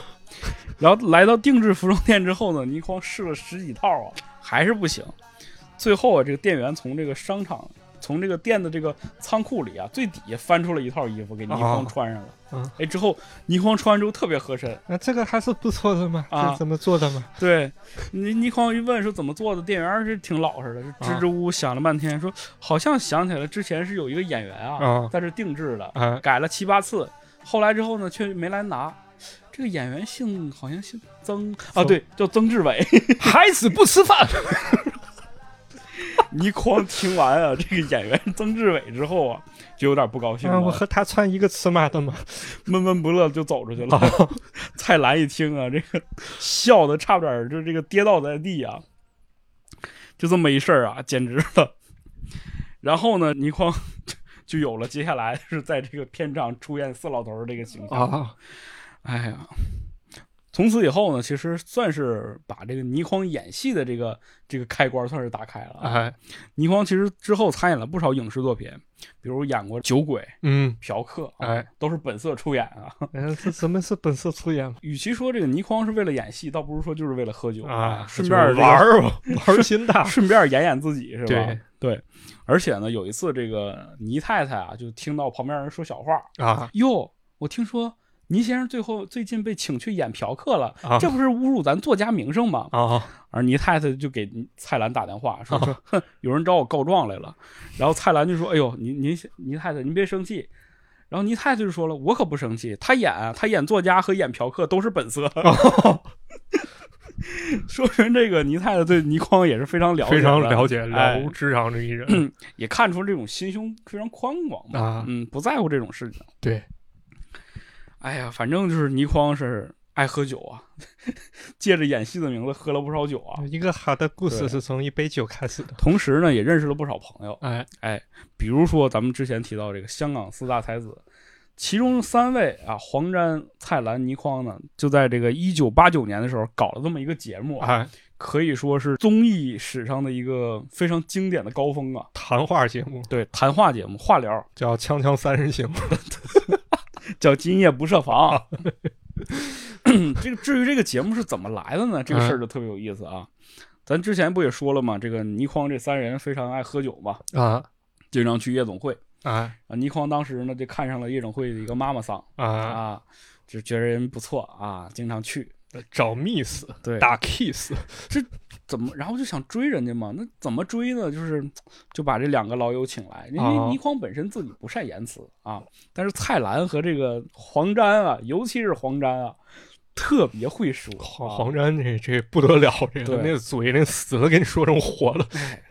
然后来到定制服装店之后呢，倪匡试了十几套啊，还是不行。最后啊，这个店员从这个商场，从这个店的这个仓库里啊，最底下翻出了一套衣服给倪匡穿上了。
嗯
哎，之后倪匡穿完之后特别合身。
那这个还是不错的嘛，
啊
这怎么做的嘛？
对，倪倪匡一问说怎么做的，店员是挺老实的，是支支吾吾想了半天，说好像想起来之前是有一个演员啊
啊，
在这定制的，
啊
改了七八次，后来之后呢却没来拿。这个演员姓好像姓曾啊，
曾
对，叫曾志伟。
孩子不吃
[LAUGHS]
饭，
倪匡听完啊，这个演员曾志伟之后啊，就有点不高兴
啊，我
了，
和他穿一个尺码的嘛，
[LAUGHS] 闷闷不乐就走出去了。
啊
[LAUGHS] 蔡澜一听啊，这个笑的差点儿就这个跌倒在地啊，就这么一事儿啊，简直了。然后呢，倪匡就有了接下来是在这个片场出现四老头儿这个形象。
啊
哎呀，从此以后呢，其实算是把这个倪匡演戏的这个这个开关算是打开了啊。
哎
倪匡其实之后参演了不少影视作品，比如演过《酒鬼》《
嗯
嫖客》啊，
哎，
都是本色出演啊。
嗯，这咱们是本色出演嘛
与其说这个倪匡是为了演戏，倒不如说就是为了喝酒
啊，
顺便这
就
个
是玩，儿嘛，玩 [LAUGHS] 儿心大
[LAUGHS] 顺便演演自己是吧？
对
对而且呢，有一次这个倪太太啊，就听到旁边人说小话，
啊
哟，我听说。倪先生最后最近被请去演嫖客了，
啊
这不是侮辱咱作家名声吗？
啊
而倪太太就给蔡澜打电话说
哦
说，哼，有人找我告状来了。然后蔡澜就说：“哎呦，您您倪太太您别生气。”然后倪太太就说了：“我可不生气，他演他演作家和演嫖客都是本色。
哦
[LAUGHS] 说明这个倪太太对倪匡也是非常了解的，
非常了解嗯了
哎
无指掌之一人。
也看出这种心胸非常宽广嘛，
啊
嗯，不在乎这种事情。
对，
哎呀，反正就是倪匡是爱喝酒啊， [LAUGHS] 借着演戏的名字喝了不少酒啊，
一个好的故
对
事是从一杯酒开始的。
同时呢也认识了不少朋友，
哎，
比如说咱们之前提到这个香港四大才子，其中三位啊，黄沾、蔡澜、倪匡呢，就在这个一九八九年的时候搞了这么一个节目啊，
哎，
可以说是综艺史上的一个非常经典的高峰啊。
谈话节目
对，谈话节目、话聊
叫《锵锵三人行》
叫《今夜不设防》。 [CLEARS THROAT] 这个至于这个节目是怎么来的呢？这个事儿就特别有意思啊。咱之前不也说了吗？这个倪匡这三人非常爱喝酒嘛，
啊
经常去夜总会
啊
啊。倪匡当时呢就看上了夜总会的一个妈妈桑。
啊！
啊，就觉得人不错啊，经常去。
找 miss
对
打 kiss
怎么，然后就想追人家嘛？那怎么追呢？就是就把这两个老友请来，因
哦
为倪匡本身自己不善言辞啊，但是蔡澜和这个黄沾啊，尤其是黄沾啊，特别会说。
黄
啊
黄沾这这不得了，这个
对
那嘴那死了给你说成活了，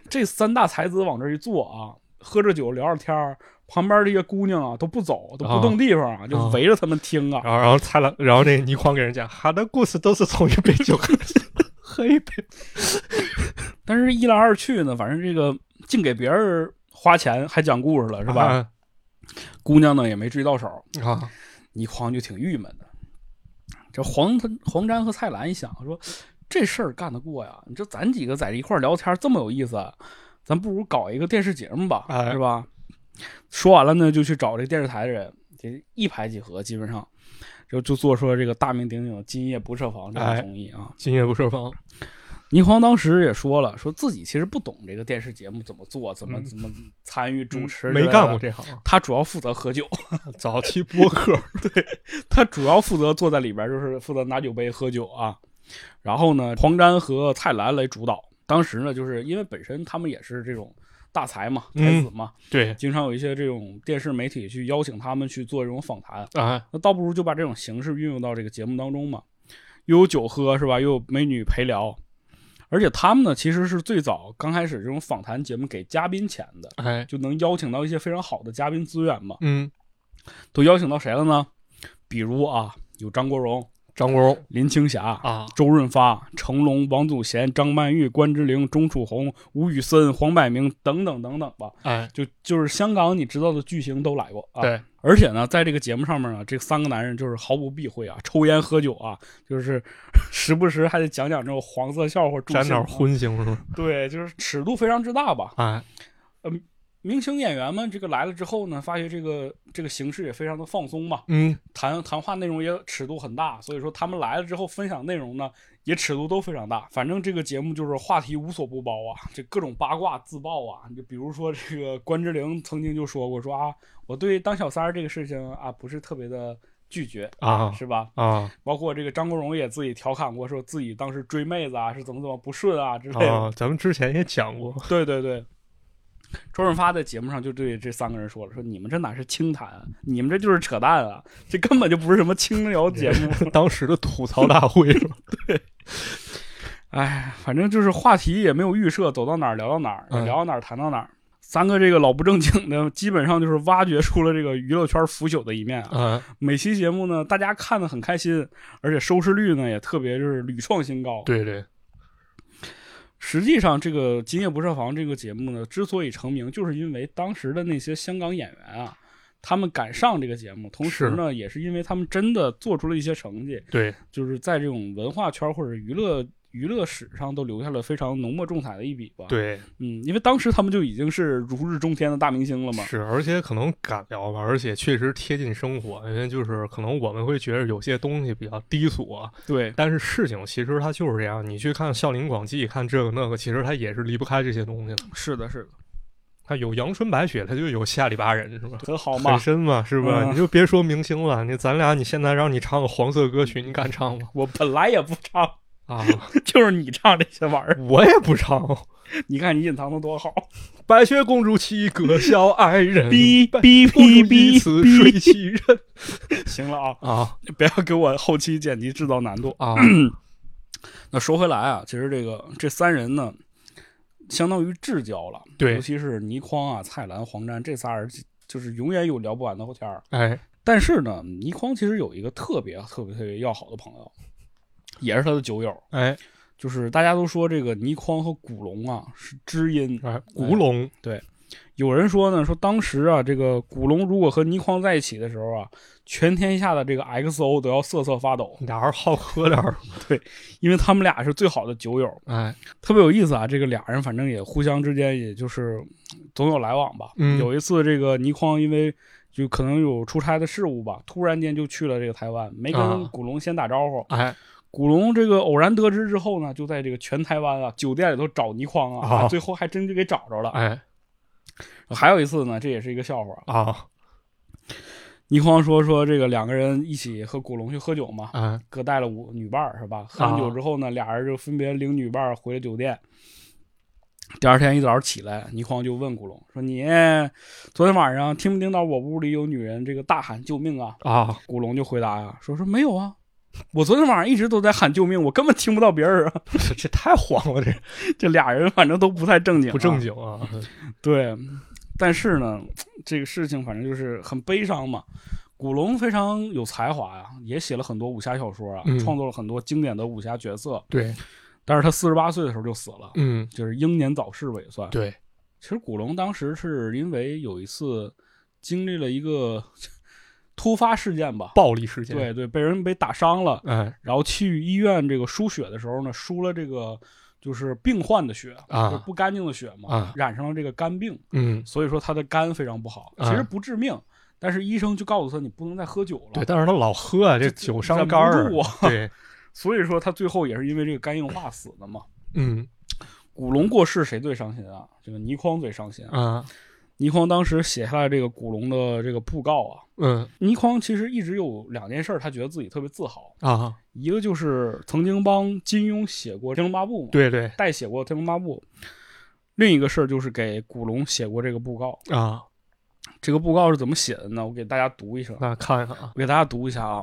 这三大才子往这儿一坐啊，喝着酒聊着天儿，旁边这些姑娘啊都不走，都
哦
不动地方啊，就
哦
围着他们听啊。
然后然后蔡澜，然后那倪匡给人讲，他的故事都是从一杯酒开始的， [LAUGHS] 喝一杯
但是，一来二去呢，反正这个净给别人花钱，还讲故事了，是吧？
啊
姑娘呢也没追到手，
啊
倪匡就挺郁闷的。这黄黄沾和蔡澜一想说，这事儿干得过呀？你这咱几个在一块儿聊天这么有意思，咱不如搞一个电视节目吧，
哎
是吧？说完了呢，就去找这电视台的人，这一拍即合，基本上就就做出了这个大名鼎鼎的“今夜不设防”这
哎
个综艺啊。
今夜不设防，
倪匡当时也说了，说自己其实不懂这个电视节目怎么做，怎么
嗯
怎么参与主持，
没干过。这行，啊
他主要负责喝酒，
早期播客
他主要负责坐在里边，就是负责拿酒杯喝酒啊。然后呢，黄沾和蔡澜来主导。当时呢，就是因为本身他们也是这种大才嘛，才子嘛，
[LAUGHS] 对
经常有一些这种电视媒体去邀请他们去做这种访谈，
啊
那倒不如就把这种形式运用到这个节目当中嘛，又有酒喝是吧，又有美女陪聊。而且他们呢，其实是最早刚开始这种访谈节目给嘉宾钱的，
哎
就能邀请到一些非常好的嘉宾资源嘛。
嗯，
都邀请到谁了呢？比如啊，有张国荣、
张国荣
林青霞、
啊
周润发、成龙、王祖贤、张曼玉、关之琳、钟楚红、吴宇森、黄百鸣等等等等吧，
哎
就就是香港你知道的巨星都来过啊。
对，
而且呢，在这个节目上面呢，这三个男人就是毫不避讳啊，抽烟喝酒啊，就是 [LAUGHS] 时不时还得讲讲这种黄色笑话，助
沾
兴
点
啊。
荤腥是吧？
对，就是尺度非常之大吧。
哎
明星演员们这个来了之后呢，发觉这个这个形式也非常的放松嘛，
嗯
谈谈话内容也尺度很大，所以说他们来了之后分享内容呢也尺度都非常大。反正这个节目就是话题无所不包啊，这各种八卦自爆啊。你就比如说这个关之琳曾经就说过说啊，我对当小三儿这个事情啊不是特别的拒绝，
啊
是吧？
啊
包括这个张国荣也自己调侃过，说自己当时追妹子啊是怎么怎么不顺啊之类的。
啊，咱们之前也讲过， [LAUGHS]
对对对。周润发在节目上就对这三个人说了：“说你们这哪是清谈，啊你们这就是扯淡啊！这根本就不是什么清聊节目。”
当时的吐槽大会是吧？
哎，反正就是话题也没有预设，走到哪儿聊到哪儿，
嗯
聊到哪儿谈到哪儿。三个这个老不正经的，基本上就是挖掘出了这个娱乐圈腐朽的一面啊。
[LAUGHS] 啊
每期节目呢，大家看得很开心，而且收视率呢也特别就是屡创新高。
对对
实际上，这个《今夜不设防》这个节目呢，之所以成名，就是因为当时的那些香港演员啊，他们敢上这个节目，同时呢，也是因为他们真的做出了一些成绩，
对
就是在这种文化圈或者娱乐娱乐史上都留下了非常浓墨重彩的一笔吧。，
对
嗯，因为当时他们就已经是如日中天的大明星了嘛。
是，而且可能敢聊吧，而且确实贴近生活，因为就是可能我们会觉得有些东西比较低俗啊，
对，
但是事情其实它就是这样。你去看《笑林广记》，看这个那个，其实它也是离不开这些东西的。
是的，是的。
看有阳春白雪，他就有下里巴人，是吧？
很好
很
嘛。
深嘛，是吧？
嗯
你就别说明星了，你咱俩你现在让你唱个黄色歌曲，你敢唱吗？
[LAUGHS] 我本来也不唱，
啊，
[LAUGHS] 就是你唱这些玩意儿。
我也不唱。
[LAUGHS] 你看你隐藏的多好，
白雪公主七个小矮人，
哔
白
哔
公主
哔
一
哔
次
哔
睡七人
行了啊，
啊
[LAUGHS] 不要给我后期剪辑制造难度。 [CLEARS THROAT]
啊！
那说回来啊，其实这个这三人呢，相当于至交了，
对
尤其是倪匡啊、蔡澜、黄沾这仨人，就是永远有聊不完的后天儿。
哎，
但是呢，倪匡其实有一个特别特别特别要好的朋友，也是他的酒友，
哎
就是大家都说这个倪匡和古龙啊是知音。
哎，古龙
有人说呢，说当时啊，这个古龙如果和倪匡在一起的时候啊，全天下的这个 XO 都要瑟瑟发抖，
俩人好喝点儿，
因为他们俩是最好的酒友。
哎，
特别有意思啊，这个俩人反正也互相之间也就是嗯总有来往吧。
嗯
有一次这个倪匡因为就可能有出差的事务吧，突然间就去了这个台湾，没跟
啊
古龙先打招呼。
哎，
古龙这个偶然得知之后呢，就在这个全台湾啊酒店里头找倪匡啊，
啊
最后还真就给找着了。
哎
还有一次呢，这也是一个笑话啊，
啊，
倪匡说说这个两个人一起和古龙去喝酒嘛，
哎
各带了五女伴儿是吧？喝完酒之后呢，俩人就分别领女伴儿回了酒店。第二天一早上起来，倪匡就问古龙说：“你昨天晚上听没听到我屋里有女人这个大喊救命啊
啊？”
古龙就回答呀、说说没有啊，我昨天晚上一直都在喊救命，我根本听不到别人啊。 [LAUGHS]
这这太黄了，这
这俩人反正都不太正经、
不正。经啊！
对，但是呢，这个事情反正就是很悲伤嘛。古龙非常有才华呀、也写了很多武侠小说啊，
嗯
创作了很多经典的武侠角色。
对，
但是他四十八岁的时候就死了，
嗯，
就是英年早逝吧，也算。
对，
其实古龙当时是因为有一次经历了一个 [LAUGHS] 突发事件吧，
暴力事件，，
对对，被人给打伤了，
哎
然后去医院这个输血的时候呢，输了这个就是病患的血
啊
就不干净的血嘛，
啊
染上了这个肝病，
嗯，
所以说他的肝非常不好，
啊
其实不致命，但是医生就告诉他你不能再喝酒了，
对，但是他老喝啊，这
这
酒伤肝
忍
儿
不住啊，
对，
所以说他最后也是因为这个肝硬化死的嘛。
嗯
古龙过世谁最伤心啊？这个倪匡最伤心啊。
啊，
倪匡当时写下来这个古龙的这个布告啊，
嗯
倪匡其实一直有两件事儿，他觉得自己特别自豪，
啊，
一个就是曾经帮金庸写过《天龙八部》嘛，，
对对
代写过《天龙八部》。另一个事儿就是给古龙写过这个布告，
啊，
这个布告是怎么写的呢？我给大家读一声，
那看看啊，
我给大家读一下啊。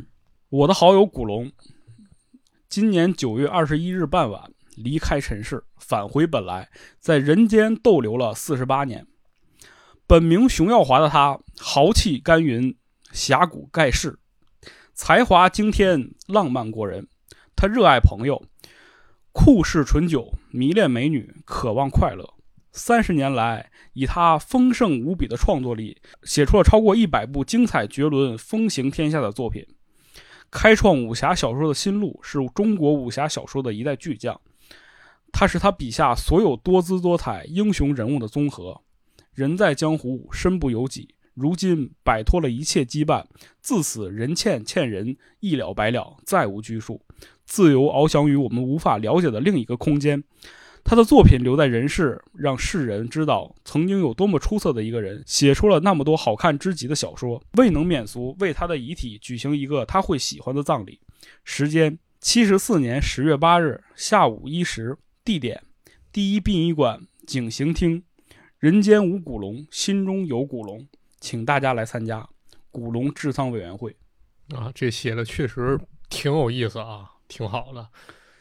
[CLEARS THROAT] 我的好友古龙，今年九月二十一日傍晚离开尘世，返回本来，在人间逗留了四十八年。本名熊耀华的他，豪气干云，侠骨盖世，才华惊天，浪漫过人。他热爱朋友，酷嗜醇酒，迷恋美女，渴望快乐。三十年来，以他丰盛无比的创作力，写出了超过一百部精彩绝伦、风行天下的作品，开创武侠小说的新路，是中国武侠小说的一代巨匠。他是他笔下所有多姿多彩英雄人物的综合。人在江湖，身不由己。如今摆脱了一切羁绊，自此人欠欠人，一了百了，再无拘束，自由翱翔于我们无法了解的另一个空间。他的作品留在人世，让世人知道曾经有多么出色的一个人，写出了那么多好看之极的小说。未能免俗，为他的遗体举行一个他会喜欢的葬礼。时间：七十四年十月八日下午一时。地点：第一殡仪馆景行厅。人间无古龙，心中有古龙，请大家来参加古龙治丧委员会。
啊，这写的确实挺有意思啊，挺好的。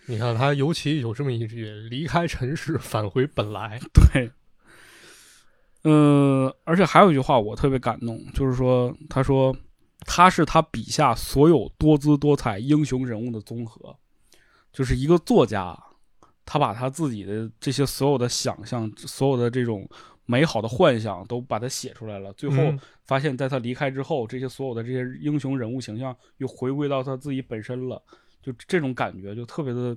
你看他，尤其有这么一句“离开尘世，返回本来
对，呃，而且还有一句话我特别感动，就是说，他说他是他笔下所有多姿多彩英雄人物的综合，就是一个作家，他把他自己的这些所有的想象、所有的这种美好的幻想都把它写出来了，”，最后
嗯
发现，在他离开之后，这些所有的这些英雄人物形象又回归到他自己本身了，就这种感觉就特别的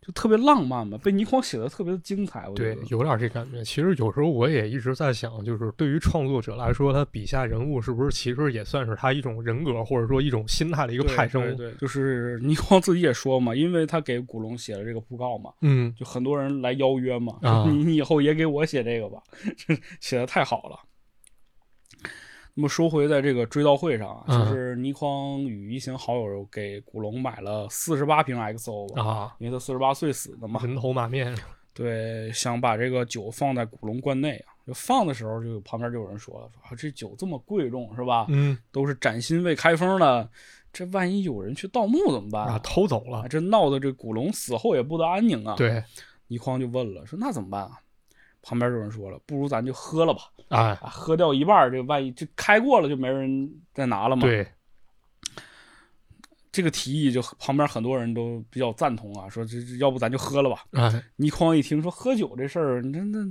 就特别浪漫嘛，被倪匡写的特别的精彩，我觉
对
得，
有点这感觉。其实有时候我也一直在想，就是对于创作者来说，他笔下人物是不是其实也算是他一种人格或者说一种心态的一个
对
派生？
对对，就是倪匡自己也说嘛，因为他给古龙写了这个布告嘛，
嗯，
就很多人来邀约嘛，
啊
说 [LAUGHS] 你你以后也给我写这个吧，这写的太好了。那么说回在这个追悼会上啊，
嗯
就是倪匡与一行好友给古龙买了四十八瓶 XO 吧，
啊，
因为他四十八岁死的嘛，
人头马面，
啊对，想把这个酒放在古龙罐内啊。就放的时候，就旁边就有人说了，说、啊、这酒这么贵重是吧？
嗯
都是崭新未开封的，这万一有人去盗墓怎么办
啊，偷走了
啊，这闹得这古龙死后也不得安宁啊。
对，
倪匡就问了，说那怎么办啊？旁边有人说了，不如咱就喝了吧，
啊，
啊，喝掉一半儿，这万一这开过了就没人再拿了嘛。，
对，
这个提议就旁边很多人都比较赞同啊，说这这要不咱就喝了吧。
啊，
倪匡一听说喝酒这事儿，你真的，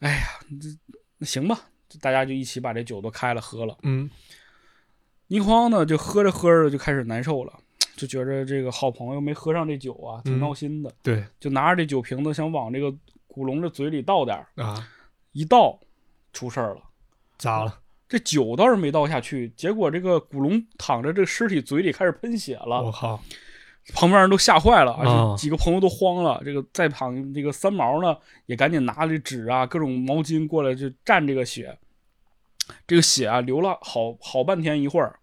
哎呀，这那行吧，就大家就一起把这酒都开了喝了。
嗯
倪匡呢，就喝着喝着就开始难受了，就觉着这个好朋友没喝上这酒啊，挺
嗯
闹心的，
对
就拿着这酒瓶子想往这个古龙的嘴里倒点儿，
啊，
一倒出事儿了。
咋了？
这酒倒是没倒下去，结果这个古龙躺着，这个尸体嘴里开始喷血
我
了，
靠，
旁边人都吓坏了，而
啊
且几个朋友都慌了。这个在旁这个三毛呢，也赶紧拿着纸啊、各种毛巾过来就蘸这个血，这个血啊流了好好半天一会儿，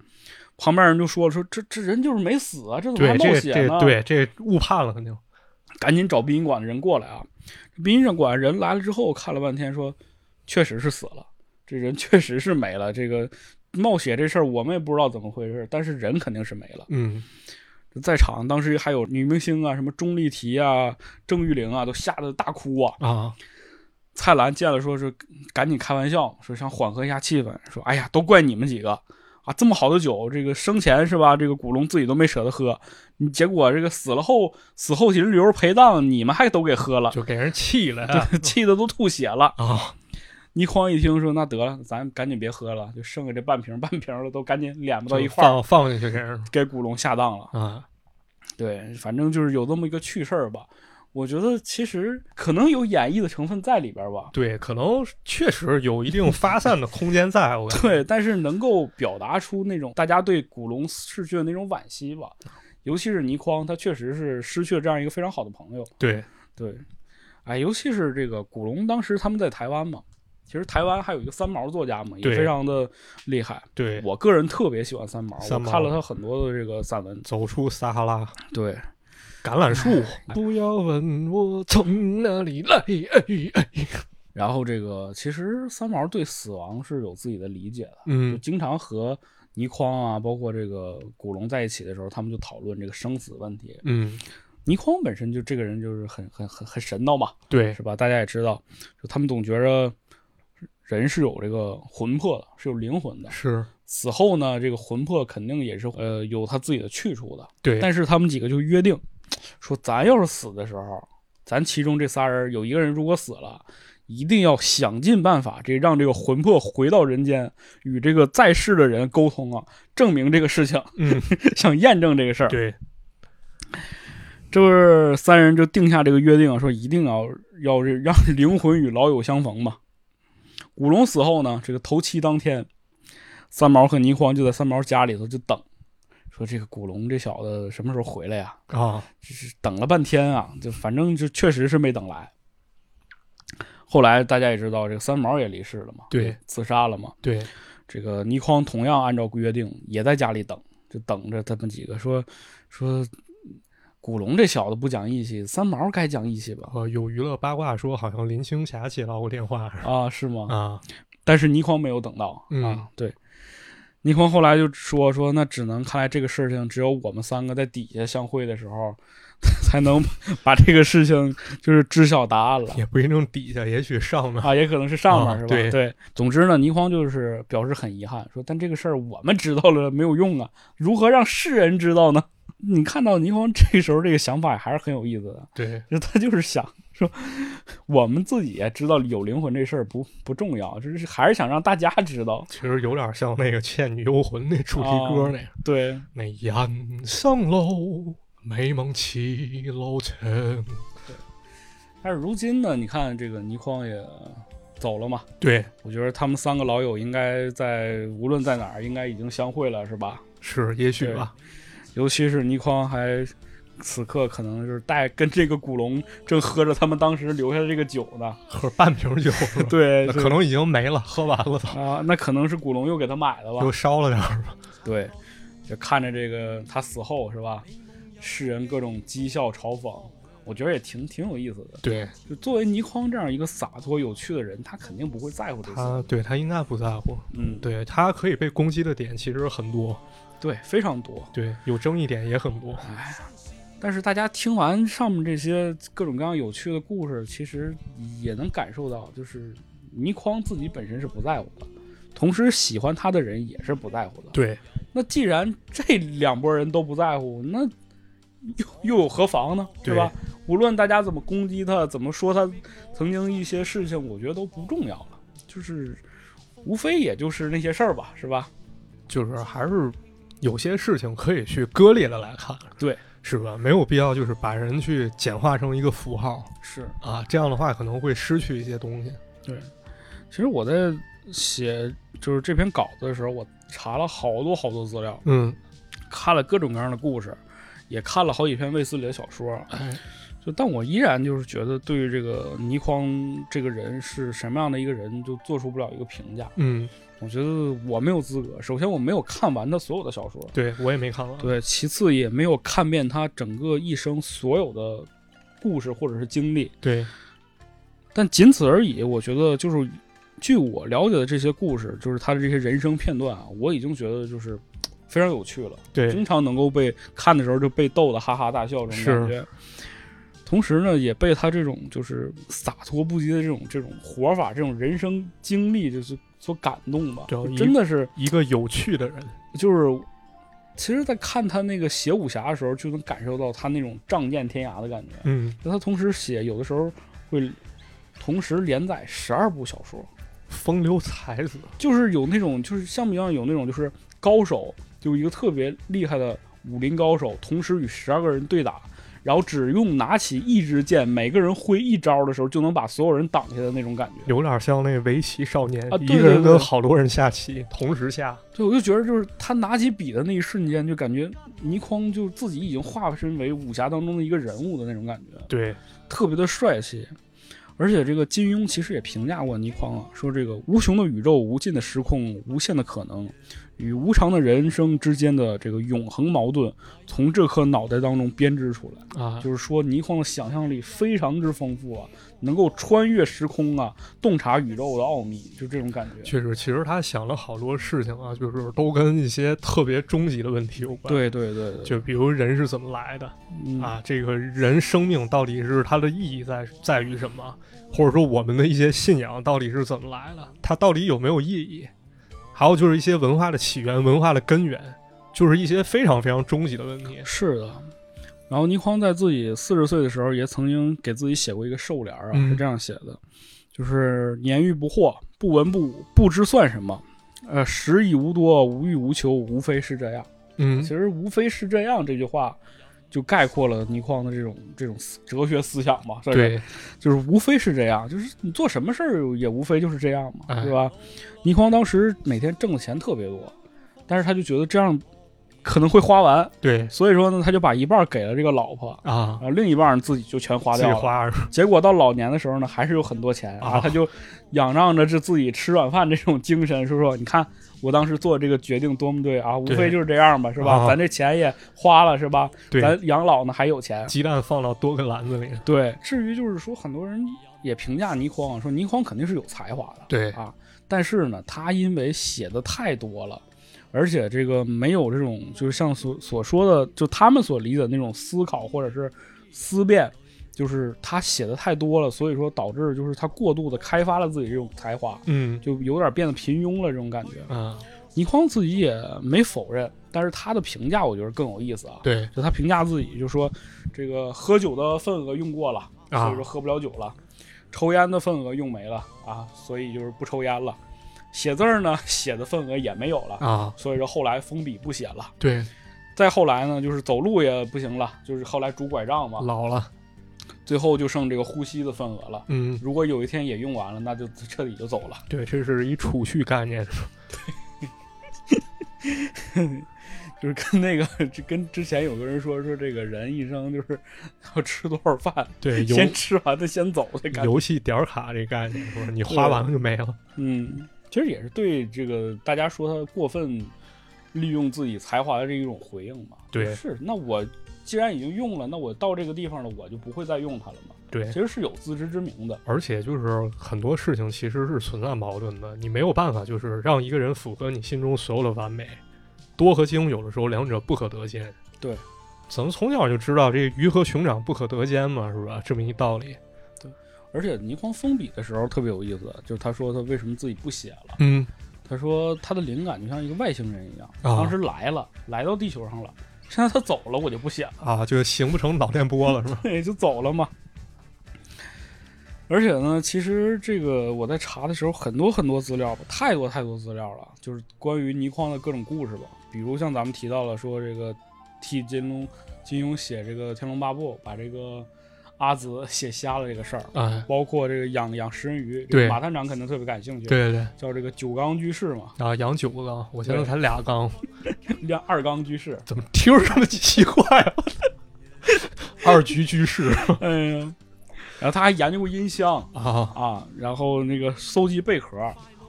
旁边人就说了说这这人就是没死啊，这怎么还
对，
冒
这
血呢？
这对这误判了肯定，
赶紧找殡仪馆的人过来啊！殡仪馆人来了之后，看了半天说，确实是死了，这人确实是没了。这个冒血这事儿我们也不知道怎么回事，但是人肯定是没了。
嗯
在场当时还有女明星啊，什么钟丽缇啊、郑裕玲啊，都吓得大哭啊。
啊，
蔡澜见了说是赶紧开玩笑，说想缓和一下气氛，说哎呀，都怪你们几个啊，这么好的酒，这个生前是吧，这个古龙自己都没舍得喝，你结果这个死了后死后人留着陪葬，你们还都给喝了，
就给人气了
[LAUGHS] 气得都吐血了。
啊，
倪匡一听说，那得了，咱赶紧别喝了，就剩下这半瓶 [LAUGHS] 半瓶了，都赶紧敛不到一块儿，
放放进去给人
给古龙下当了。
啊，
对，反正就是有这么一个趣事儿吧。我觉得其实可能有演绎的成分在里边儿吧，
对，可能确实有一定发散的空间在，我感觉，
对，但是能够表达出那种大家对古龙逝去的那种惋惜吧，尤其是倪匡，他确实是失去了这样一个非常好的朋友。
对，
对，哎，尤其是这个古龙当时他们在台湾嘛，其实台湾还有一个三毛作家嘛，也
对
非常的厉害。
对，
我个人特别喜欢三毛，
三毛
我看了他很多的这个散文。
走出撒哈拉
对，
橄榄树，哎不要问我从哪里来，哎哎，
然后这个其实三毛对死亡是有自己的理解的，就
嗯
经常和倪匡啊，包括这个古龙在一起的时候，他们就讨论这个生死问题。
嗯，
倪匡本身就这个人就是很很很很神道嘛，
对
是吧？大家也知道，就他们总觉着人是有这个魂魄的，是有灵魂的。
是，
死后呢，这个魂魄肯定也是呃有他自己的去处的。
对，
但是他们几个就约定，说咱要是死的时候，咱其中这仨人有一个人如果死了，一定要想尽办法，这让这个魂魄回到人间，与这个在世的人沟通啊，证明这个事情，
嗯，
[LAUGHS] 想验证这个事儿。
对
就是三人就定下这个约定啊，说一定要要是让灵魂与老友相逢嘛。古龙死后呢，这个头七当天，三毛和倪匡就在三毛家里头就等，说这个古龙这小子什么时候回来呀、
啊，
就是等了半天啊，就反正就确实是没等来。后来大家也知道，这个三毛也离世了嘛，
对，
自杀了嘛。
对，
这个倪匡同样按照约定也在家里等，就等着他们几个说说，古龙这小子不讲义气，三毛该讲义气
[LAUGHS]
吧？
呃，有娱乐八卦说好像林青霞接到过电话
啊，是吗？
啊，
但是倪匡没有等到、
嗯
啊，对。倪匡后来就说说，那只能看来这个事情只有我们三个在底下相会的时候， [LAUGHS] 才能把这个事情就是知晓答案了。
也不一定底下，也许上 [LAUGHS] 面，
啊，也可能是上面、
啊
是吧？
对
总之呢，倪匡就是表示很遗憾，说但这个事儿我们知道了没有用啊，如何让世人知道呢？ [LAUGHS] 你看到倪匡这时候这个想法还是很有意思的，
对，
就他就是想说， [LAUGHS] 我们自己知道有灵魂这事儿不不重要，就是还是想让大家知道。 [LAUGHS]
其实有点哦像那个《倩女幽魂》那主题歌那样，
对，
那岸上楼美梦起楼层。
但是如今呢，你看这个倪匡也走了嘛，
对，
我觉得他们三个老友应该在无论在哪儿，应该已经相会了，是吧？
是也许
对
吧，
尤其是倪匡还。此刻可能就是带跟这个古龙正喝着他们当时留下的这个酒
[LAUGHS]
呢，
喝半瓶酒是吧
对
那可能已经没了，喝完了早
啊、那可能是古龙又给他买的吧，
又烧了点儿。
[LAUGHS] 对，就看着这个他死后是吧，世人各种讥笑嘲讽，我觉得也挺挺有意思的。
对
就作为倪匡这样一个洒脱有趣的人，他肯定不会在乎这些。
他，对他应该不在乎。
嗯，
对他可以被攻击的点其实很多，
对，非常多。
对有争议点也很多。
哎但是大家听完上面这些各种各样有趣的故事，其实也能感受到，就是倪匡自己本身是不在乎的，同时喜欢他的人也是不在乎的。
对
那既然这两拨人都不在乎，那又又有何妨呢？
对
对吧？无论大家怎么攻击他，怎么说他曾经一些事情，我觉得都不重要了，就是无非也就是那些事儿吧，是吧？
就是还是有些事情可以去割裂的来看，
对，
是吧？没有必要就是把人去简化成一个符号
是。
啊，这样的话可能会失去一些东西。
其实我在写就是这篇稿子的时候，我查了好多好多资料，
嗯，
看了各种各样的故事，也看了好几篇卫斯理的小说。
哎，
就但我依然就是觉得对这个倪匡这个人是什么样的一个人，就做出不了一个评价。
嗯，
我觉得我没有资格。首先，我没有看完他所有的小说，
对我也没看完。
对；其次，也没有看遍他整个一生所有的故事或者是经历。
对
但仅此而已。我觉得就是，据我了解的这些故事，就是他的这些人生片段啊，我已经觉得就是嘖非常有趣了，
对
经常能够被看的时候就被逗得哈哈大笑这种感觉。同时呢，也被他这种就是洒脱不羁的这种这种活法、这种人生经历，就是所感动吧
对啊。
真的是，
一个有趣的人，
就是，其实，在看他那个写武侠的时候，就能感受到他那种仗剑天涯的感觉。
嗯，
但他同时写，有的时候会同时连载十二部小说，
风流才子，
就是有那种，就是像不像有那种，就是高手，就一个特别厉害的武林高手，同时与十二个人对打，然后只用拿起一支剑，每个人挥一招的时候，就能把所有人挡下的那种感觉。
有点像那围棋少年，
啊对
一个人
对对
跟好多人下棋，同时下。
对，我就觉得就是他拿起笔的那一瞬间，就感觉倪匡就自己已经化身为武侠当中的一个人物的那种感觉。
对，
特别的帅气。而且这个金庸其实也评价过倪匡啊，说这个无穷的宇宙、无尽的时空、无限的可能，与无常的人生之间的这个永恒矛盾，从这颗脑袋当中编织出来。
啊，
就是说，倪匡的想象力非常之丰富啊，能够穿越时空啊，洞察宇宙的奥秘，就这种感觉。
确实，其实他想了好多事情啊，就是都跟一些特别终极的问题有关。，
对对对对，
就比如人是怎么来的
嗯
啊，这个人生命到底是它的意义在在于什么，或者说我们的一些信仰到底是怎么来的，它到底有没有意义？还有就是一些文化的起源、文化的根源，就是一些非常非常终极的问题。
是的。然后倪匡在自己四十岁的时候，也曾经给自己写过一个寿联啊，
嗯
是这样写的：就是年逾不惑，不闻不武，不知算什么。呃，时已无多，无欲无求，无非是这样。
嗯
其，实“无非是这样”这句话，就概括了倪匡的这种这种思哲学思想吧。算是，
对，
就是无非是这样，就是你做什么事儿也无非就是这样嘛，
哎
对吧？倪匡当时每天挣的钱特别多，但是他就觉得这样可能会花完，
对
所以说呢，他就把一半儿给了这个老婆，
啊，
啊，另一半儿自己就全花
自己
掉了。
花
结果到老年的时候呢，还是有很多钱
啊
啊，他就仰仗着这自己吃软饭这种精神，说说你看我当时做这个决定多么对啊，无
对
非就是这样吧，是吧？
啊
咱这钱也花了是吧？
对
咱，养老呢还有钱。
鸡蛋放到多个篮子里。
对，至于就是说，很多人也评价倪匡啊，说倪匡肯定是有才华的，
对
啊，但是呢，他因为写的太多了，而且这个没有这种就是像所所说的，就他们所理解的那种思考或者是思辨，就是他写的太多了，所以说导致就是他过度的开发了自己这种才华，
嗯
就有点变得平庸了这种感觉。
啊，
倪匡自己也没否认，但是他的评价我觉得更有意思啊。
对
就他评价自己，就说这个喝酒的份额用过了，
啊
所以说喝不了酒了；抽烟的份额用没了啊，所以就是不抽烟了； [LAUGHS] 写字儿呢，写的份额也没有了，
啊，
所以说后来封笔不写了。
对
再后来呢，就是走路也不行了，就是后来拄拐杖嘛，
老了，
最后就剩这个呼吸的份额了。
嗯，
如果有一天也用完了，那就彻底就走了。 [LAUGHS]
对，这是一储蓄概念，
就是跟那个， [LAUGHS] 这跟之前有个人说说，这个人一生就是 [LAUGHS] 要吃多少饭，
[LAUGHS] 对，游
先吃完再先走的感觉。
游戏点儿卡这概念，是吧？你花完了就没了，
嗯，其实也是对这个大家说他过分利用自己才华的这一种回应嘛。
对
是。那我既然已经用了，那我到这个地方了，我就不会再用它了嘛。
对
其。实是有自知之明的。
而且就是很多事情其实是存在矛盾的，你没有办法就是让一个人符合你心中所有的完美，多和精有的时候两者不可得兼。
对，
咱们从小就知道这鱼和熊掌不可得兼嘛，是吧？这么一道理。
而且倪匡封笔的时候特别有意思，就是他说他为什么自己不写了。
嗯，
他说他的灵感就像一个外星人一样，
啊
当时来了，来到地球上了，现在他走了，我就不写了，
啊，就形不成脑电波了，是吧？
[LAUGHS] 也就走了嘛。而且呢，其实这个我在查的时候，很多很多资料吧，太多太多资料了，就是关于倪匡的各种故事吧，比如像咱们提到了说这个替金庸金庸写这个《天龙八部》，把这个阿紫写瞎了这个事儿，
[LAUGHS] 哎，
包括这个养养食人鱼，这个
对
马探长肯定特别感兴趣，
对对
叫这个九缸居士嘛， [LAUGHS]
对，啊，养九个缸，我现在
对
才俩缸，
叫二缸居士，
怎么听着这么奇怪啊？ [LAUGHS] 二局居士
哎呀，然后他还研究过音箱
[LAUGHS] 啊，
啊，然后那个搜集贝壳，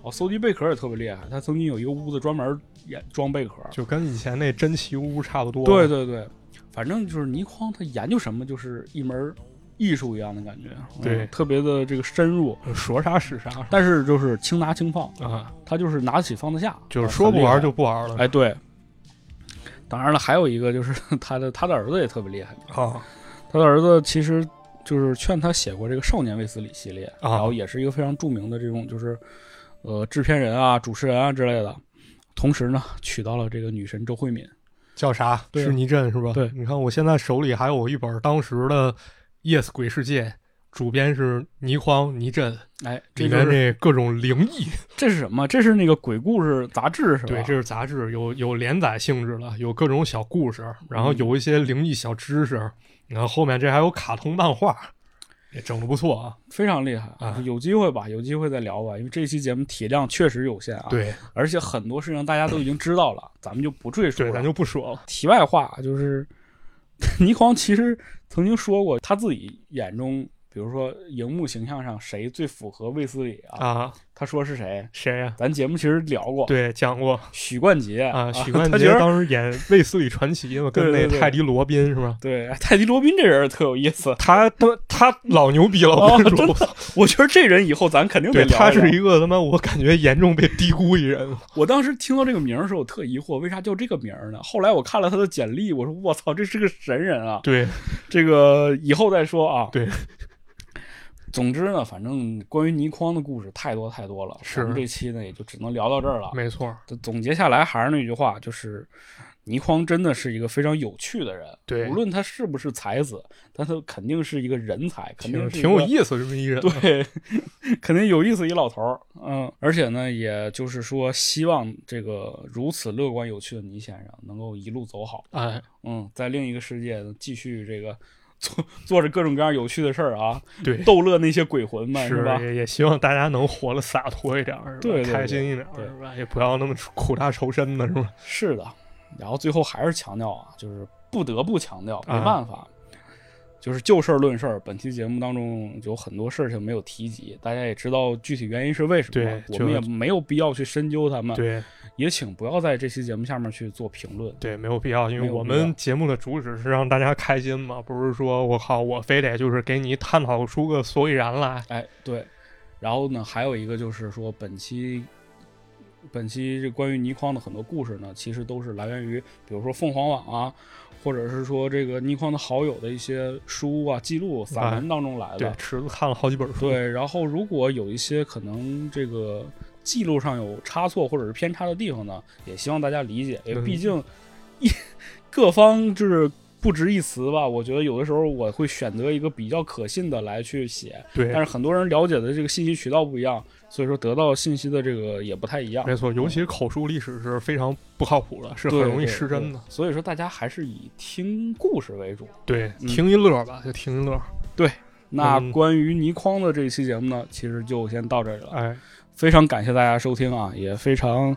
哦，搜集贝壳也特别厉害。他曾经有一个屋子专门也装贝壳。
就跟以前那珍奇屋差不多。
对对对，反正就是倪匡他研究什么就是一门艺术一样的感觉，嗯
对
特别的这个深入。
对，说啥是啥
但是就是轻拿轻放，
啊，
他就是拿得起放得下，
就是
啊
说不玩。
很厉
就不玩了
害哎，对。当然了，还有一个就是 [LAUGHS] 他的他的儿子也特别厉害，
啊
他的儿子其实就是劝他写过这个《少年卫斯理》系列，
啊
然后也是一个非常著名的这种就是呃制片人啊、主持人啊之类的。同时呢，娶到了这个女神周慧敏。
叫啥？
对啊
是倪震是吧？
对
你看我现在手里还有一本当时的《Yes 鬼世界》，主编是倪匡、倪震，
哎，这
里
就
面
是
这各种灵异，
这是什么？这是那个鬼故事杂志是吧？
对，这是杂志，有有连载性质的，有各种小故事，然后
嗯
有一些灵异小知识，然后后面这还有卡通漫画，也整的不错啊。
非常厉害
啊
有机会吧，有机会再聊吧，因为这期节目体量确实有限啊。，
对
而且很多事情大家都已经知道了，咱们就不赘述
对，
了。
咱就不说了。
题外话，就是 [LAUGHS] 倪匡其实曾经说过，他自己眼中，比如说荧幕形象上谁最符合卫斯理啊？
啊，
他说是谁？
谁呀、
咱节目其实聊过，
对，讲过
许冠杰
啊，
[LAUGHS]
许冠
他
杰
觉得
当时演《卫斯理传奇》嘛，跟
对
那
对对
泰迪罗宾是吧？
对哎泰迪罗宾这人特有意思，
他他他老牛逼了，我跟你
哦真
说，
的我觉得这人以后咱肯定得
对
聊
他
一聊
是一个他妈我感觉严重被低估一人，
我当时听到这个名儿的时候，我特疑惑，为啥叫这个名儿呢？后来我看了他的简历，我说我操，这是个神人啊！
对
这个以后再说啊。
对。
总之呢，反正关于倪匡的故事太多太多了，
是
我们这期呢也就只能聊到这儿了。
没错，
总结下来还是那句话，就是倪匡真的是一个非常有趣的人。
对
无论他是不是才子，但他肯定是一个人才，肯定
挺
是一
挺有
个
意思这么一人，
[LAUGHS] 对，肯定有意思一老头儿，嗯，而且呢，也就是说，希望这个如此乐观有趣的倪先生能够一路走好，
哎，
嗯，在另一个世界继续这个做 [LAUGHS] 做着各种各样有趣的事儿啊，
对。
逗乐那些鬼魂们
是
吧？
也也希望大家能活得洒脱一点，是吧
对对对
开心一点，
对
是吧？也不要那么苦大仇深的，是吧？
是的，然后最后还是强调啊，就是不得不强调，没
啊
办法。就是就事儿论事儿，本期节目当中有很多事情没有提及，大家也知道具体原因是为什么
对
了，我
就
们也没有必要去深究他们。
对
也请不要在这期节目下面去做评论。
对，没有必要，因
没
为
有
我
必要
们节目的主旨是让大家开心嘛，不是说我靠，我非得就是给你探讨出个所以然来。
哎，对。然后呢，还有一个就是说，本期本期这关于倪匡的很多故事呢，其实都是来源于，比如说凤凰网啊，或者是说这个倪匡的好友的一些书啊、记录、散文当中来的。
对，池子看了好几本书，
对，然后如果有一些可能这个记录上有差错或者是偏差的地方呢，也希望大家理解，因为
嗯
毕竟一各方就是不值一词吧。我觉得有的时候我会选择一个比较可信的来去写，
对
但是很多人了解的这个信息渠道不一样，所以说得到信息的这个也不太一样。
没错，尤其口述历史是非常不靠谱的，是很
对
容易
对
失真
对
的。
所以说大家还是以听故事为主。
对，
嗯
听一乐吧，就听一乐。
那
嗯
关于倪匡的这一期节目呢，其实就先到这里了。
哎，
非常感谢大家收听啊，也非常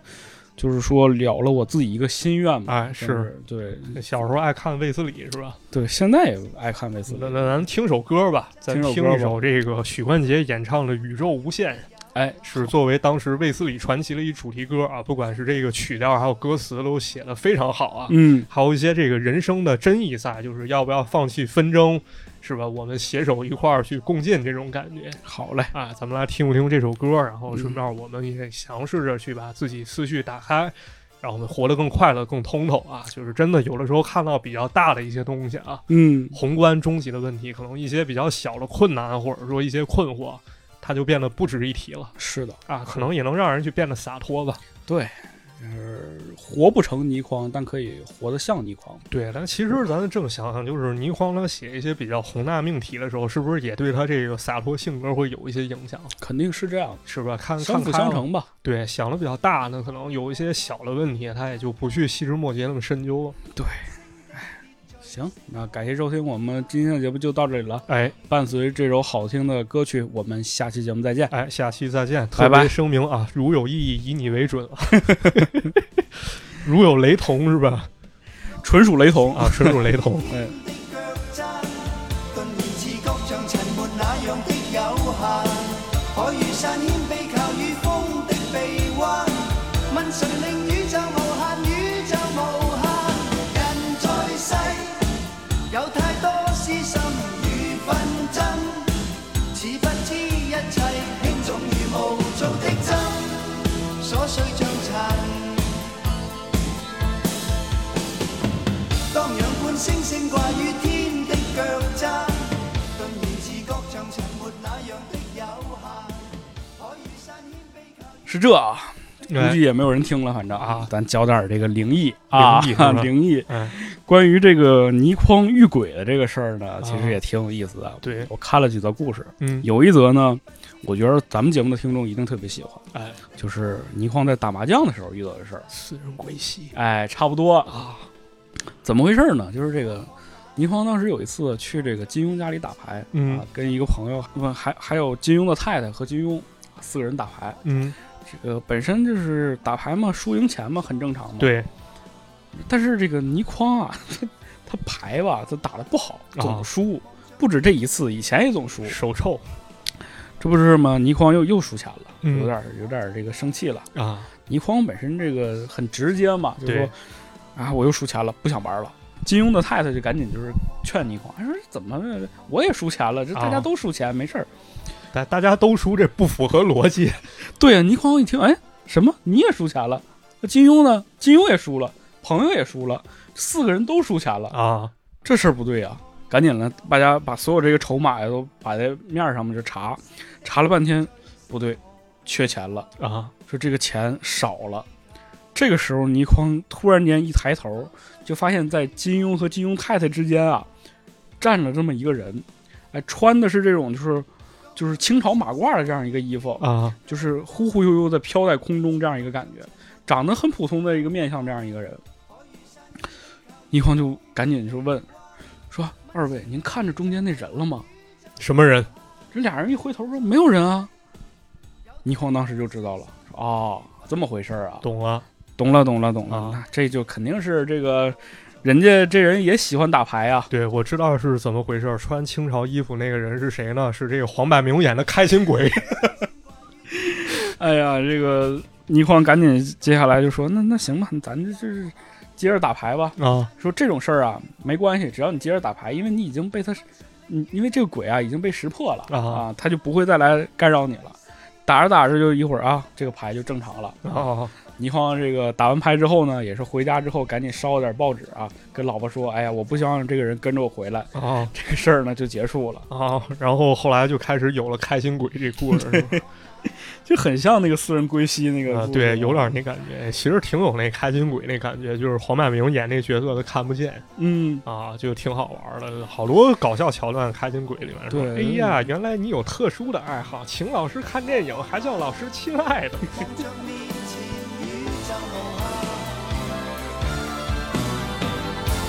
就是说了了我自己一个心愿吧。
哎，
就是对
小时候爱看卫斯理是吧？
对，现在也爱看卫斯
那
理。
那咱听首歌吧，咱
嗯听首
听
歌
一首这个许冠杰演唱的《宇宙无限》，
哎，
是作为当时卫斯理传奇的一主题歌啊，不管是这个曲调还有歌词都写的非常好啊。
嗯，
还有一些这个人生的真意在，就是要不要放弃纷争，是吧？我们携手一块儿去共进这种感觉
好嘞，
啊！咱们来听不听这首歌，然后顺便我们也尝试着去把自己思绪打开，让我们活得更快乐、更通透啊！就是真的有的时候看到比较大的一些东西啊，
嗯，
宏观终极的问题，可能一些比较小的困难或者说一些困惑，它就变得不值一提了
是的，
啊！可能也能让人去变得洒脱吧。
对，就是活不成倪匡，但可以活得像倪匡。
对，但其实咱正想想，就是倪匡他写一些比较宏大命题的时候，是不是也对他这个洒脱性格会有一些影响？
肯定是这样，
是吧？看
相
看
辅
开
相
了。
成吧。
对，想的比较大，那可能有一些小的问题，他也就不去细枝末节那么深究了。
行，那感谢收听，我们今天的节目就到这里了。
哎
伴随这首好听的歌曲，我们下期节目再见。
哎，下期再见。
拜
特
拜
别声明啊，如有异议，以你为准啊。 [LAUGHS] 如有雷同是吧？
纯属雷同
啊，纯属
[LAUGHS]
雷同。
的腳踭，頓而自覺像塵沒那樣的有限。海與山謙卑靠與風的臂彎，問誰令宇宙無限？宇宙無限，人在世有太多私心與紛爭，似不知一切輕重如無造的針，瑣碎像塵。當陽冠星星掛於天的腳踭，頓然自覺像塵沒那樣的有限。海與山謙卑靠
是这啊，估
哎
计也没有人听了，反正
啊
咱讲点儿这个嗯灵异啊
灵异是吧，
[LAUGHS] 灵异。
哎，
关于这个倪匡遇鬼的这个事儿呢，其实
啊
也挺有意思的。
对，
我看了几则故事，
嗯，
有一则呢，我觉得咱们节目的听众一定特别喜欢，
哎，
就是倪匡在打麻将的时候遇到的事儿。
私人鬼戏
哎，差不多，
啊，
怎么回事呢？就是这个倪匡当时有一次去这个金庸家里打牌，
嗯
啊，跟一个朋友，不还还有金庸的太太和金庸四个人打牌。
嗯，
这个本身就是打牌嘛，输赢钱嘛，很正常嘛。。
对，
但是这个倪匡啊， [LAUGHS] 他他牌吧，他打的不好，
啊
总输。不止这一次，以前也总输。
手臭
这不是吗？倪匡又又输钱了，
嗯
有点有点这个生气了。
啊，
倪匡本身这个很直接嘛，就说
对
啊，我又输钱了，不想玩了。金庸的太太就赶紧就是劝倪匡，哎说怎么了我也输钱了，这大家
啊
都输钱，没事儿。
大大家都输，这不符合逻辑。
对呀、倪匡一听，哎，什么你也输钱了？那金庸呢？金庸也输了，朋友也输了，四个人都输钱了，
啊，
这事儿不对呀、赶紧了，大家把所有这个筹码呀都摆在面儿上面就查，查了半天不对，缺钱了，
啊，
说这个钱少了。这个时候，倪匡突然间一抬头，就发现，在金庸和金庸太太之间啊，站着这么一个人，哎，穿的是这种就是就是清朝马褂的这样一个衣服，
啊，
就是忽忽悠悠的飘在空中这样一个感觉，长得很普通的一个面相这样一个人。倪匡就赶紧就问说：“二位，您看着中间那人了吗
什么人？？”
这俩人一回头说：“没有人啊。”倪匡当时就知道了，说：“哦，这么回事儿啊，
懂了
懂了，懂了，懂了。
啊
那这就肯定是这个人家这人也喜欢打牌啊。
对，我知道是怎么回事儿。穿清朝衣服那个人是谁呢？是这个黄百鸣演的开心鬼。
哎呀，这个倪匡赶紧接下来就说：‘那那行吧，咱这就是接着打牌吧。’
[LAUGHS] 啊
说这种事儿啊没关系，只要你接着打牌，因为你已经被他，你因为这个鬼啊已经被识破了
啊
啊，他就不会再来干扰你了。打着打着就一会儿啊，这个牌就正常了。
啊
倪匡这个打完牌之后呢，也是回家之后赶紧烧了点报纸啊，跟老婆说：“哎呀，我不希望这个人跟着我回来。
啊”
这个事儿呢就结束了。
啊！然后后来就开始有了开心鬼这故事，是吧
就很像那个私人归西那个
啊，
故事
[LAUGHS] 对，有点那感觉，其实挺有那开心鬼那感觉，就是黄百鸣演那角色他看不见
嗯，
啊，就挺好玩的，好多搞笑桥段，开心鬼里面说，
对
哎呀，原来你有特殊的爱好，请老师看电影，还叫老师亲爱的，
望着面前宇宙無限，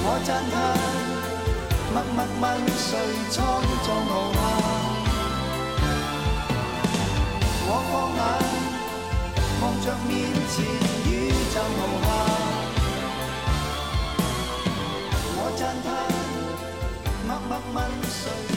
我讚歎，默默問誰創造無限？我放眼望着面前宇宙無限，我讚歎，默默問誰？